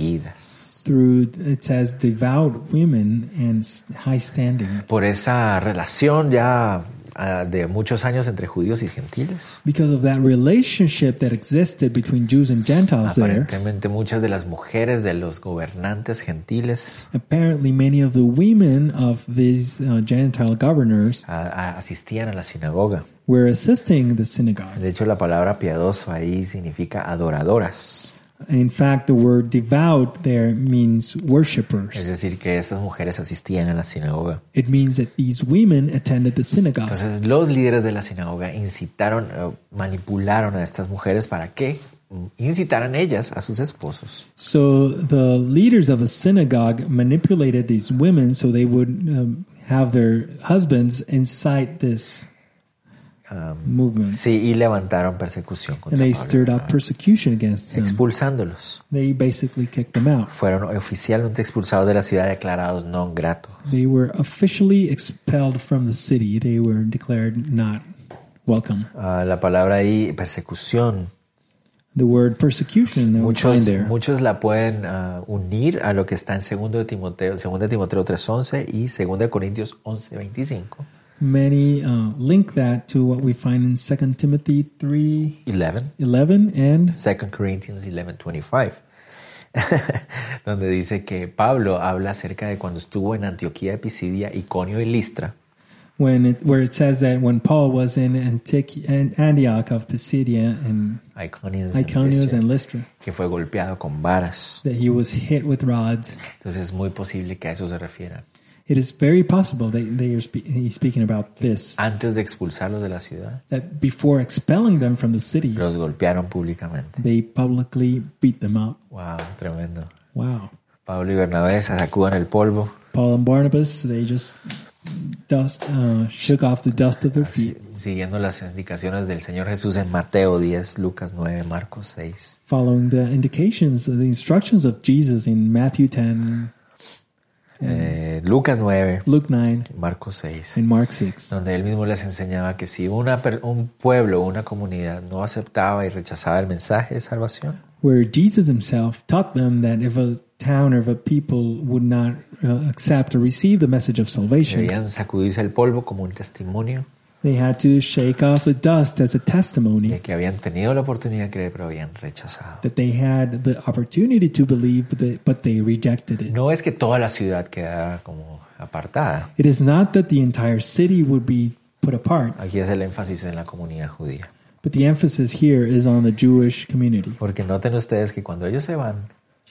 S1: distinguidas.
S2: through it says devout women and s- high standing
S1: Por esa relación ya ah, de muchos años entre judíos y gentiles.
S2: because of that relationship that existed between Jews and Gentiles there.
S1: Aparentemente muchas de las mujeres de los gobernantes gentiles
S2: Apparently, many of the women of these uh, Gentile governors
S1: ah, ah, asistían a la sinagoga.
S2: were assisting the synagogue.
S1: De hecho, la palabra piadoso ahí significa adoradoras.
S2: In fact, the word devout there means
S1: Es
S2: worshippers.
S1: decir, que estas mujeres asistían a la sinagoga.
S2: It means that these women attended the synagogue.
S1: Entonces, los líderes de la sinagoga incitaron, eh, manipularon a estas mujeres para que mm, incitaran ellas a sus esposos
S2: So the leaders of a synagogue manipulated these women so they would um, have their husbands incite this um, movement.
S1: Sí, y levantaron persecución contra
S2: And they
S1: Pablo,
S2: stirred up persecution against them.
S1: expulsándolos.
S2: They basically kicked them out.
S1: Fueron oficialmente expulsados de la ciudad declarados non gratos.
S2: They were officially expelled from the city. They were declared not welcome.
S1: Ah, la palabra ahí, persecución,
S2: The word persecution that we find
S1: muchos,
S2: there.
S1: muchos la pueden ah, unir a lo que está en 2 de Timoteo, 2 de Timoteo 3.11 y 2 de Corintios 11.25.
S2: Many uh, link that to what we find in 2 Timothy 3
S1: 11.
S2: 11 and
S1: 2 Corinthians 11:25, donde dice que Pablo habla acerca de cuando estuvo en Antioquía, Pisidia, Iconio y Listra,
S2: when it, where it says that when Paul was in Antich- and Antioch of Pisidia and
S1: Iconios, en
S2: Iconios
S1: Listra,
S2: and Lystra,
S1: que fue golpeado con varas.
S2: that he was hit with rods.
S1: Entonces es muy posible que a eso se refiera.
S2: It is very possible that they are spe- he's speaking about this.
S1: Antes de expulsarlos de la ciudad,
S2: That before expelling them from the city,
S1: los golpearon públicamente.
S2: they publicly beat them up.
S1: Wow, tremendo.
S2: Wow.
S1: Pablo y Bernabé se sacudan el polvo,
S2: Paul and Barnabas, they just dust uh, shook off the dust of their feet,
S1: si- siguiendo las indicaciones del Señor Jesús en Mateo 10, Lucas 9, Marcos 6.
S2: following the indications, the instructions of Jesus in Matthew 10,
S1: Eh, Lucas 9,
S2: Luke 9,
S1: Marcos 6.
S2: and Mark 6,
S1: donde él mismo les enseñaba que si una, per- un pueblo o una comunidad no aceptaba y rechazaba el mensaje de salvación,
S2: where Jesus himself taught them that if a town or if a people would not uh, accept or receive the message of salvation,
S1: debían sacudirse el polvo como un testimonio
S2: they had to shake off the dust as a
S1: de
S2: testimony
S1: que habían tenido la oportunidad de creer pero habían rechazado.
S2: that they had the opportunity to believe, but they, but they rejected it.
S1: No es que toda la ciudad quedara como apartada.
S2: It is not that the entire city would be put apart.
S1: Aquí es el énfasis en la comunidad judía.
S2: But the emphasis here is on the Jewish community.
S1: Porque noten ustedes que cuando ellos se van,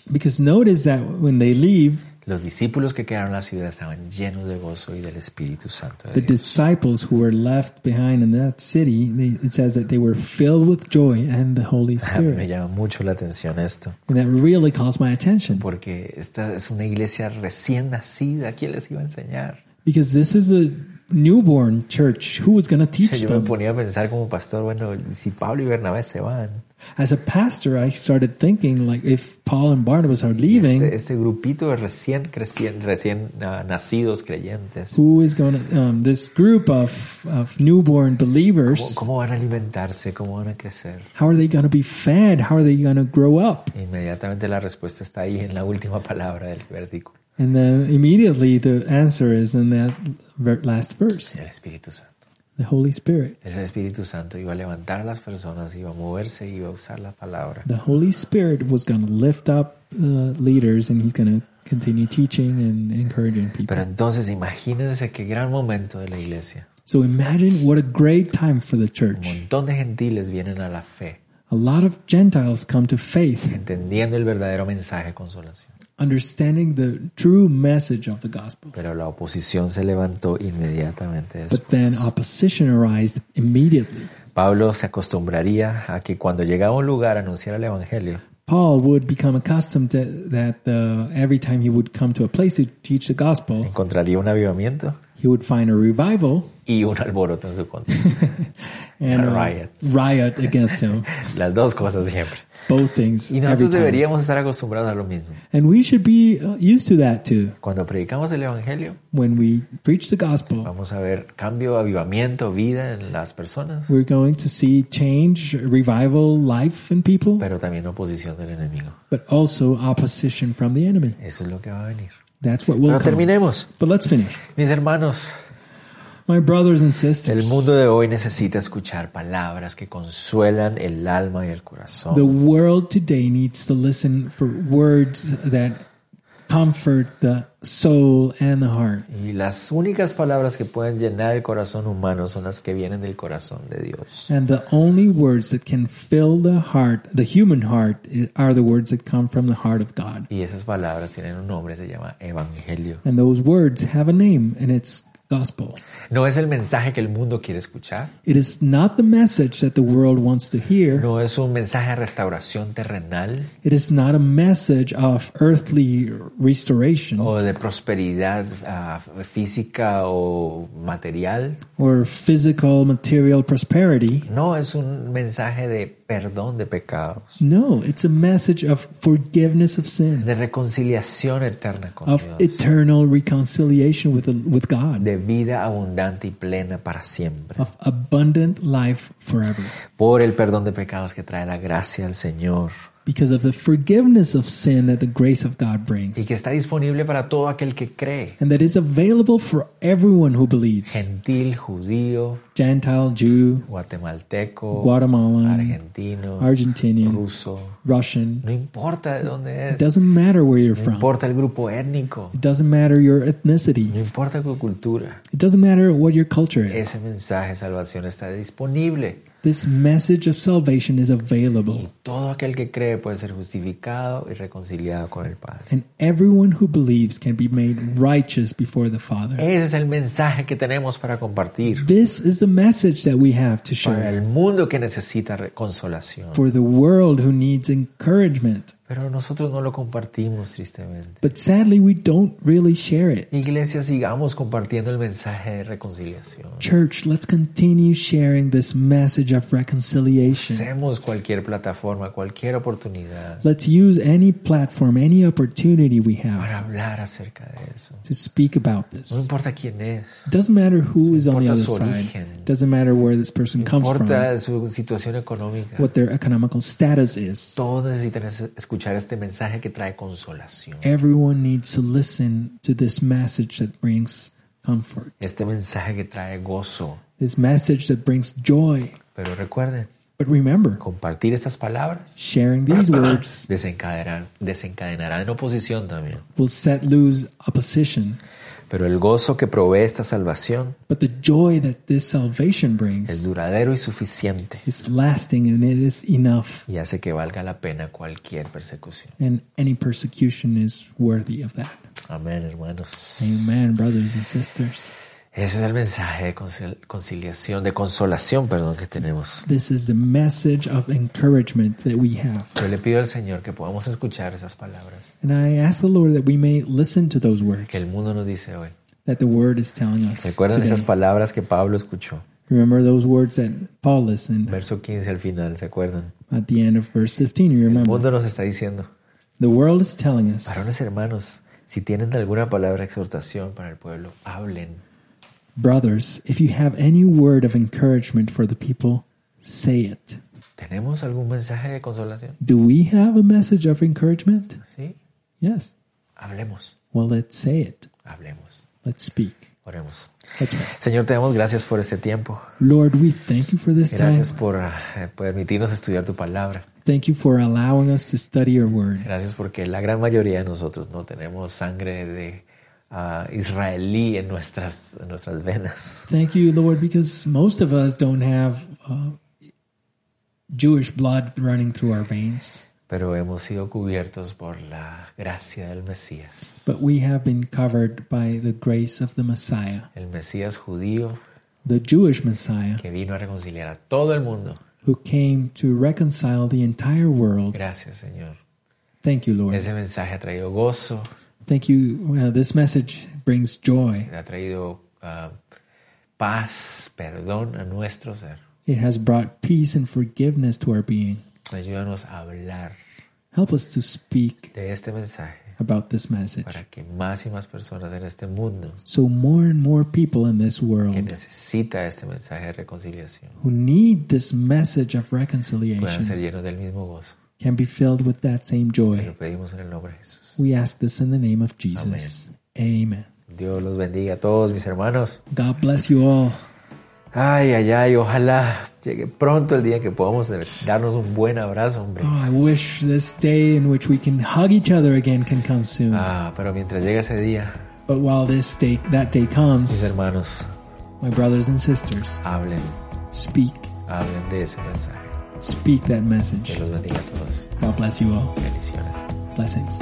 S2: Because notice that when they leave,
S1: los discípulos que quedaron en la ciudad estaban llenos de gozo y del Espíritu Santo de
S2: the
S1: Dios.
S2: disciples who were left behind in that city, they, it says that they were filled with joy and the Holy
S1: A mí me
S2: Spirit.
S1: llama mucho la atención esto.
S2: And that really calls my attention
S1: porque esta es una iglesia recién nacida, ¿quién les iba a enseñar?
S2: because this is a newborn church. Who was going to teach
S1: Yo me
S2: them?
S1: ponía a pensar como pastor, bueno, si Pablo y Bernabé se van,
S2: As a pastor, I started thinking like if Paul and Barnabas are
S1: este,
S2: leaving,
S1: este grupito de recién, crecien- recién ah, nacidos creyentes,
S2: who is going to, um, this group of, of newborn
S1: ¿cómo,
S2: believers,
S1: cómo van a alimentarse? ¿Cómo van a crecer?
S2: how are they going to be fed? How are they going to grow up?
S1: Inmediatamente la respuesta está ahí en la última palabra del versículo,
S2: And then immediately the answer is in that ver- last verse
S1: el Espíritu Santo.
S2: the Holy Spirit.
S1: Ese Espíritu Santo iba a levantar a las personas, iba a moverse, iba a usar la palabra.
S2: The Holy Spirit was going to lift up uh, leaders and he's going to continue teaching and encouraging people.
S1: Pero entonces imagínense qué gran momento de la iglesia.
S2: So imagine what a great time for the
S1: Un
S2: church.
S1: montón de gentiles vienen a la fe.
S2: A lot of Gentiles come to faith,
S1: entendiendo el verdadero mensaje de consolación.
S2: understanding the true message of the gospel.
S1: Pero la oposición se levantó inmediatamente después.
S2: But then opposition arose immediately.
S1: Pablo se acostumbraría a que cuando llegaba a un lugar anunciara el Evangelio,
S2: Paul would become accustomed to that uh, every time he would come to a place to teach the gospel,
S1: encontraría un avivamiento
S2: he would find a revival
S1: y un alboroto en su contra.
S2: and
S1: A
S2: uh,
S1: riot.
S2: riot against him.
S1: Las dos cosas siempre.
S2: Both things.
S1: Y
S2: Every
S1: nosotros
S2: time.
S1: deberíamos estar acostumbrados a lo mismo.
S2: And we should be uh, used to that too.
S1: Cuando predicamos el Evangelio,
S2: When we preach the gospel,
S1: vamos a ver cambio, avivamiento, vida en las personas,
S2: we're going to see change, revival, life in people,
S1: pero también oposición del enemigo.
S2: but also opposition from the enemy.
S1: Eso es lo que va a venir.
S2: That's what will
S1: Pero
S2: come.
S1: terminemos.
S2: But let's finish.
S1: Mis hermanos,
S2: My brothers and
S1: el
S2: sisters,
S1: mundo de hoy necesita escuchar palabras que consuelan el alma y el corazón.
S2: the world today needs to listen for words that comfort the soul and the heart.
S1: Y las únicas palabras que pueden llenar el corazón humano son las que vienen del corazón de Dios.
S2: And the only words that can fill the heart, the human heart, i- are the words that come from the heart of God.
S1: Y esas palabras tienen un nombre, se llama Evangelio.
S2: And those words have a name, and it's gospel.
S1: No es el mensaje que el mundo quiere escuchar.
S2: It is not the message that the world wants to hear.
S1: No es un mensaje de restauración terrenal
S2: It is not a message of earthly restoration
S1: o de prosperidad ah, física o material.
S2: or physical material prosperity.
S1: No es un mensaje de perdón de pecados,
S2: No, it's a message of forgiveness of sin,
S1: de reconciliación eterna con
S2: of
S1: Dios,
S2: eternal reconciliation with, with God,
S1: de vida abundante y plena para siempre,
S2: of abundant life forever.
S1: por el perdón de pecados que trae la gracia al Señor
S2: Because of the forgiveness of sin that the grace of God
S1: y
S2: brings,
S1: que está disponible para todo aquel que cree,
S2: and that is available for everyone who believes
S1: gentil, judío,
S2: Gentile, Jew,
S1: guatemalteco,
S2: Guatemalan,
S1: argentino,
S2: Argentinian,
S1: ruso,
S2: Russian.
S1: no importa de dónde
S2: It
S1: es,
S2: doesn't matter where you're
S1: no
S2: from,
S1: importa el grupo étnico,
S2: it doesn't matter your ethnicity,
S1: no importa tu cultura.
S2: it doesn't matter what your culture is.
S1: Ese mensaje de salvación está disponible.
S2: This message of salvation is available.
S1: Y todo aquel que cree puede ser justificado y reconciliado con el Padre.
S2: and everyone who believes can be made righteous before the Father.
S1: Ese es el mensaje que tenemos para compartir
S2: This is the message that we have to
S1: para
S2: share
S1: el mundo que necesita re- consolación.
S2: for the world who needs encouragement.
S1: Pero nosotros no lo compartimos tristemente.
S2: But sadly, we don't really share it.
S1: Iglesia, sigamos compartiendo el mensaje de reconciliación.
S2: Church, let's continue sharing this message of reconciliation.
S1: Hacemos cualquier plataforma, cualquier oportunidad
S2: Let's use any platform, any opportunity we have
S1: para hablar acerca de eso.
S2: to speak about
S1: No
S2: this.
S1: importa quién es,
S2: It doesn't matter who is on the other
S1: importa su
S2: side.
S1: origen.
S2: Doesn't matter where this person
S1: no
S2: comes from,
S1: importa su situación económica.
S2: what their economical status is.
S1: Todos necesitan es- escuchar este mensaje que trae
S2: Eh.
S1: consolación.
S2: Everyone needs to listen to this message that brings comfort,
S1: Este mensaje que trae gozo.
S2: this message that brings joy.
S1: Pero recuerden,
S2: But remember,
S1: compartir estas palabras
S2: sharing these words
S1: desencadenará, desencadenará en oposición también.
S2: will set loose opposition.
S1: Pero el gozo que provee esta salvación
S2: But the joy that this salvation
S1: es
S2: brings
S1: duradero y suficiente
S2: is lasting and it is enough.
S1: y hace que valga la pena cualquier persecución.
S2: And any persecution is worthy of that.
S1: Amén, hermanos.
S2: Amen, brothers and sisters.
S1: Ese es el mensaje de concil- conciliación, de consolación, perdón, que tenemos.
S2: This is the message of encouragement that we have.
S1: Yo le pido al Señor que podamos escuchar esas palabras
S2: And I ask the Lord that we may listen to those words
S1: que el mundo nos dice hoy.
S2: that the Word is telling us.
S1: ¿Recuerdan
S2: today.
S1: esas palabras que Pablo escuchó?
S2: Remember those words that Paul listened
S1: Verso 15 al final, ¿se acuerdan?
S2: at the end of verse 15. You
S1: El
S2: remember.
S1: mundo nos está diciendo,
S2: The world is telling us,
S1: varones hermanos, si tienen alguna palabra de exhortación para el pueblo, hablen.
S2: brothers, if you have any word of encouragement for the people, say it.
S1: ¿Tenemos algún mensaje de consolación?
S2: Do we have a message of encouragement?
S1: Sí,
S2: Yes.
S1: hablemos,
S2: Well, let's say it.
S1: hablemos,
S2: Let's speak.
S1: oremos.
S2: Let's pray.
S1: Señor, te damos gracias por este tiempo.
S2: Lord, we thank you for this time.
S1: Gracias por eh, permitirnos estudiar tu palabra.
S2: Thank you for allowing us to study your word.
S1: Gracias porque la gran mayoría de nosotros no tenemos sangre de ah, israelí en nuestras, en nuestras venas.
S2: Thank you, Lord, because most of us don't have uh, Jewish blood running through our veins.
S1: pero hemos sido cubiertos por la gracia del Mesías.
S2: but we have been covered by the grace of the Messiah,
S1: El Mesías judío
S2: the Jewish Messiah,
S1: que vino a reconciliar a todo el mundo.
S2: who came to reconcile the entire world.
S1: Gracias, Señor.
S2: Thank you, Lord.
S1: Ese mensaje ha traído gozo,
S2: Thank you. Uh, this message brings joy.
S1: ha traído ah, paz, perdón a nuestro ser.
S2: It has brought peace and forgiveness to our being.
S1: Ayúdanos a hablar
S2: Help us to speak
S1: de este mensaje
S2: about this message
S1: para que más y más personas en este mundo
S2: so more and more people in this
S1: que
S2: world
S1: necesita este mensaje de reconciliación
S2: who need this message of
S1: puedan ser
S2: reconciliation
S1: llenos del mismo gozo.
S2: can be filled with that same
S1: Te
S2: joy.
S1: lo pedimos en el nombre de Jesús.
S2: We ask this in the name of Jesus. Amen.
S1: Dios los bendiga a todos mis hermanos.
S2: God bless you all.
S1: Ay, ay, ay, ojalá llegue pronto el día en que podamos tener- darnos un buen abrazo, hombre.
S2: Oh, I wish this day in which we can hug each other again can come soon.
S1: Ah, pero mientras llega ese día,
S2: But while this day, that day
S1: mis
S2: comes,
S1: hermanos,
S2: my brothers and sisters,
S1: hablen,
S2: speak,
S1: hablen de ese mensaje.
S2: speak that
S1: Dios
S2: message.
S1: los bendiga a todos.
S2: God bless you all.
S1: Bendiciones.
S2: Blessings.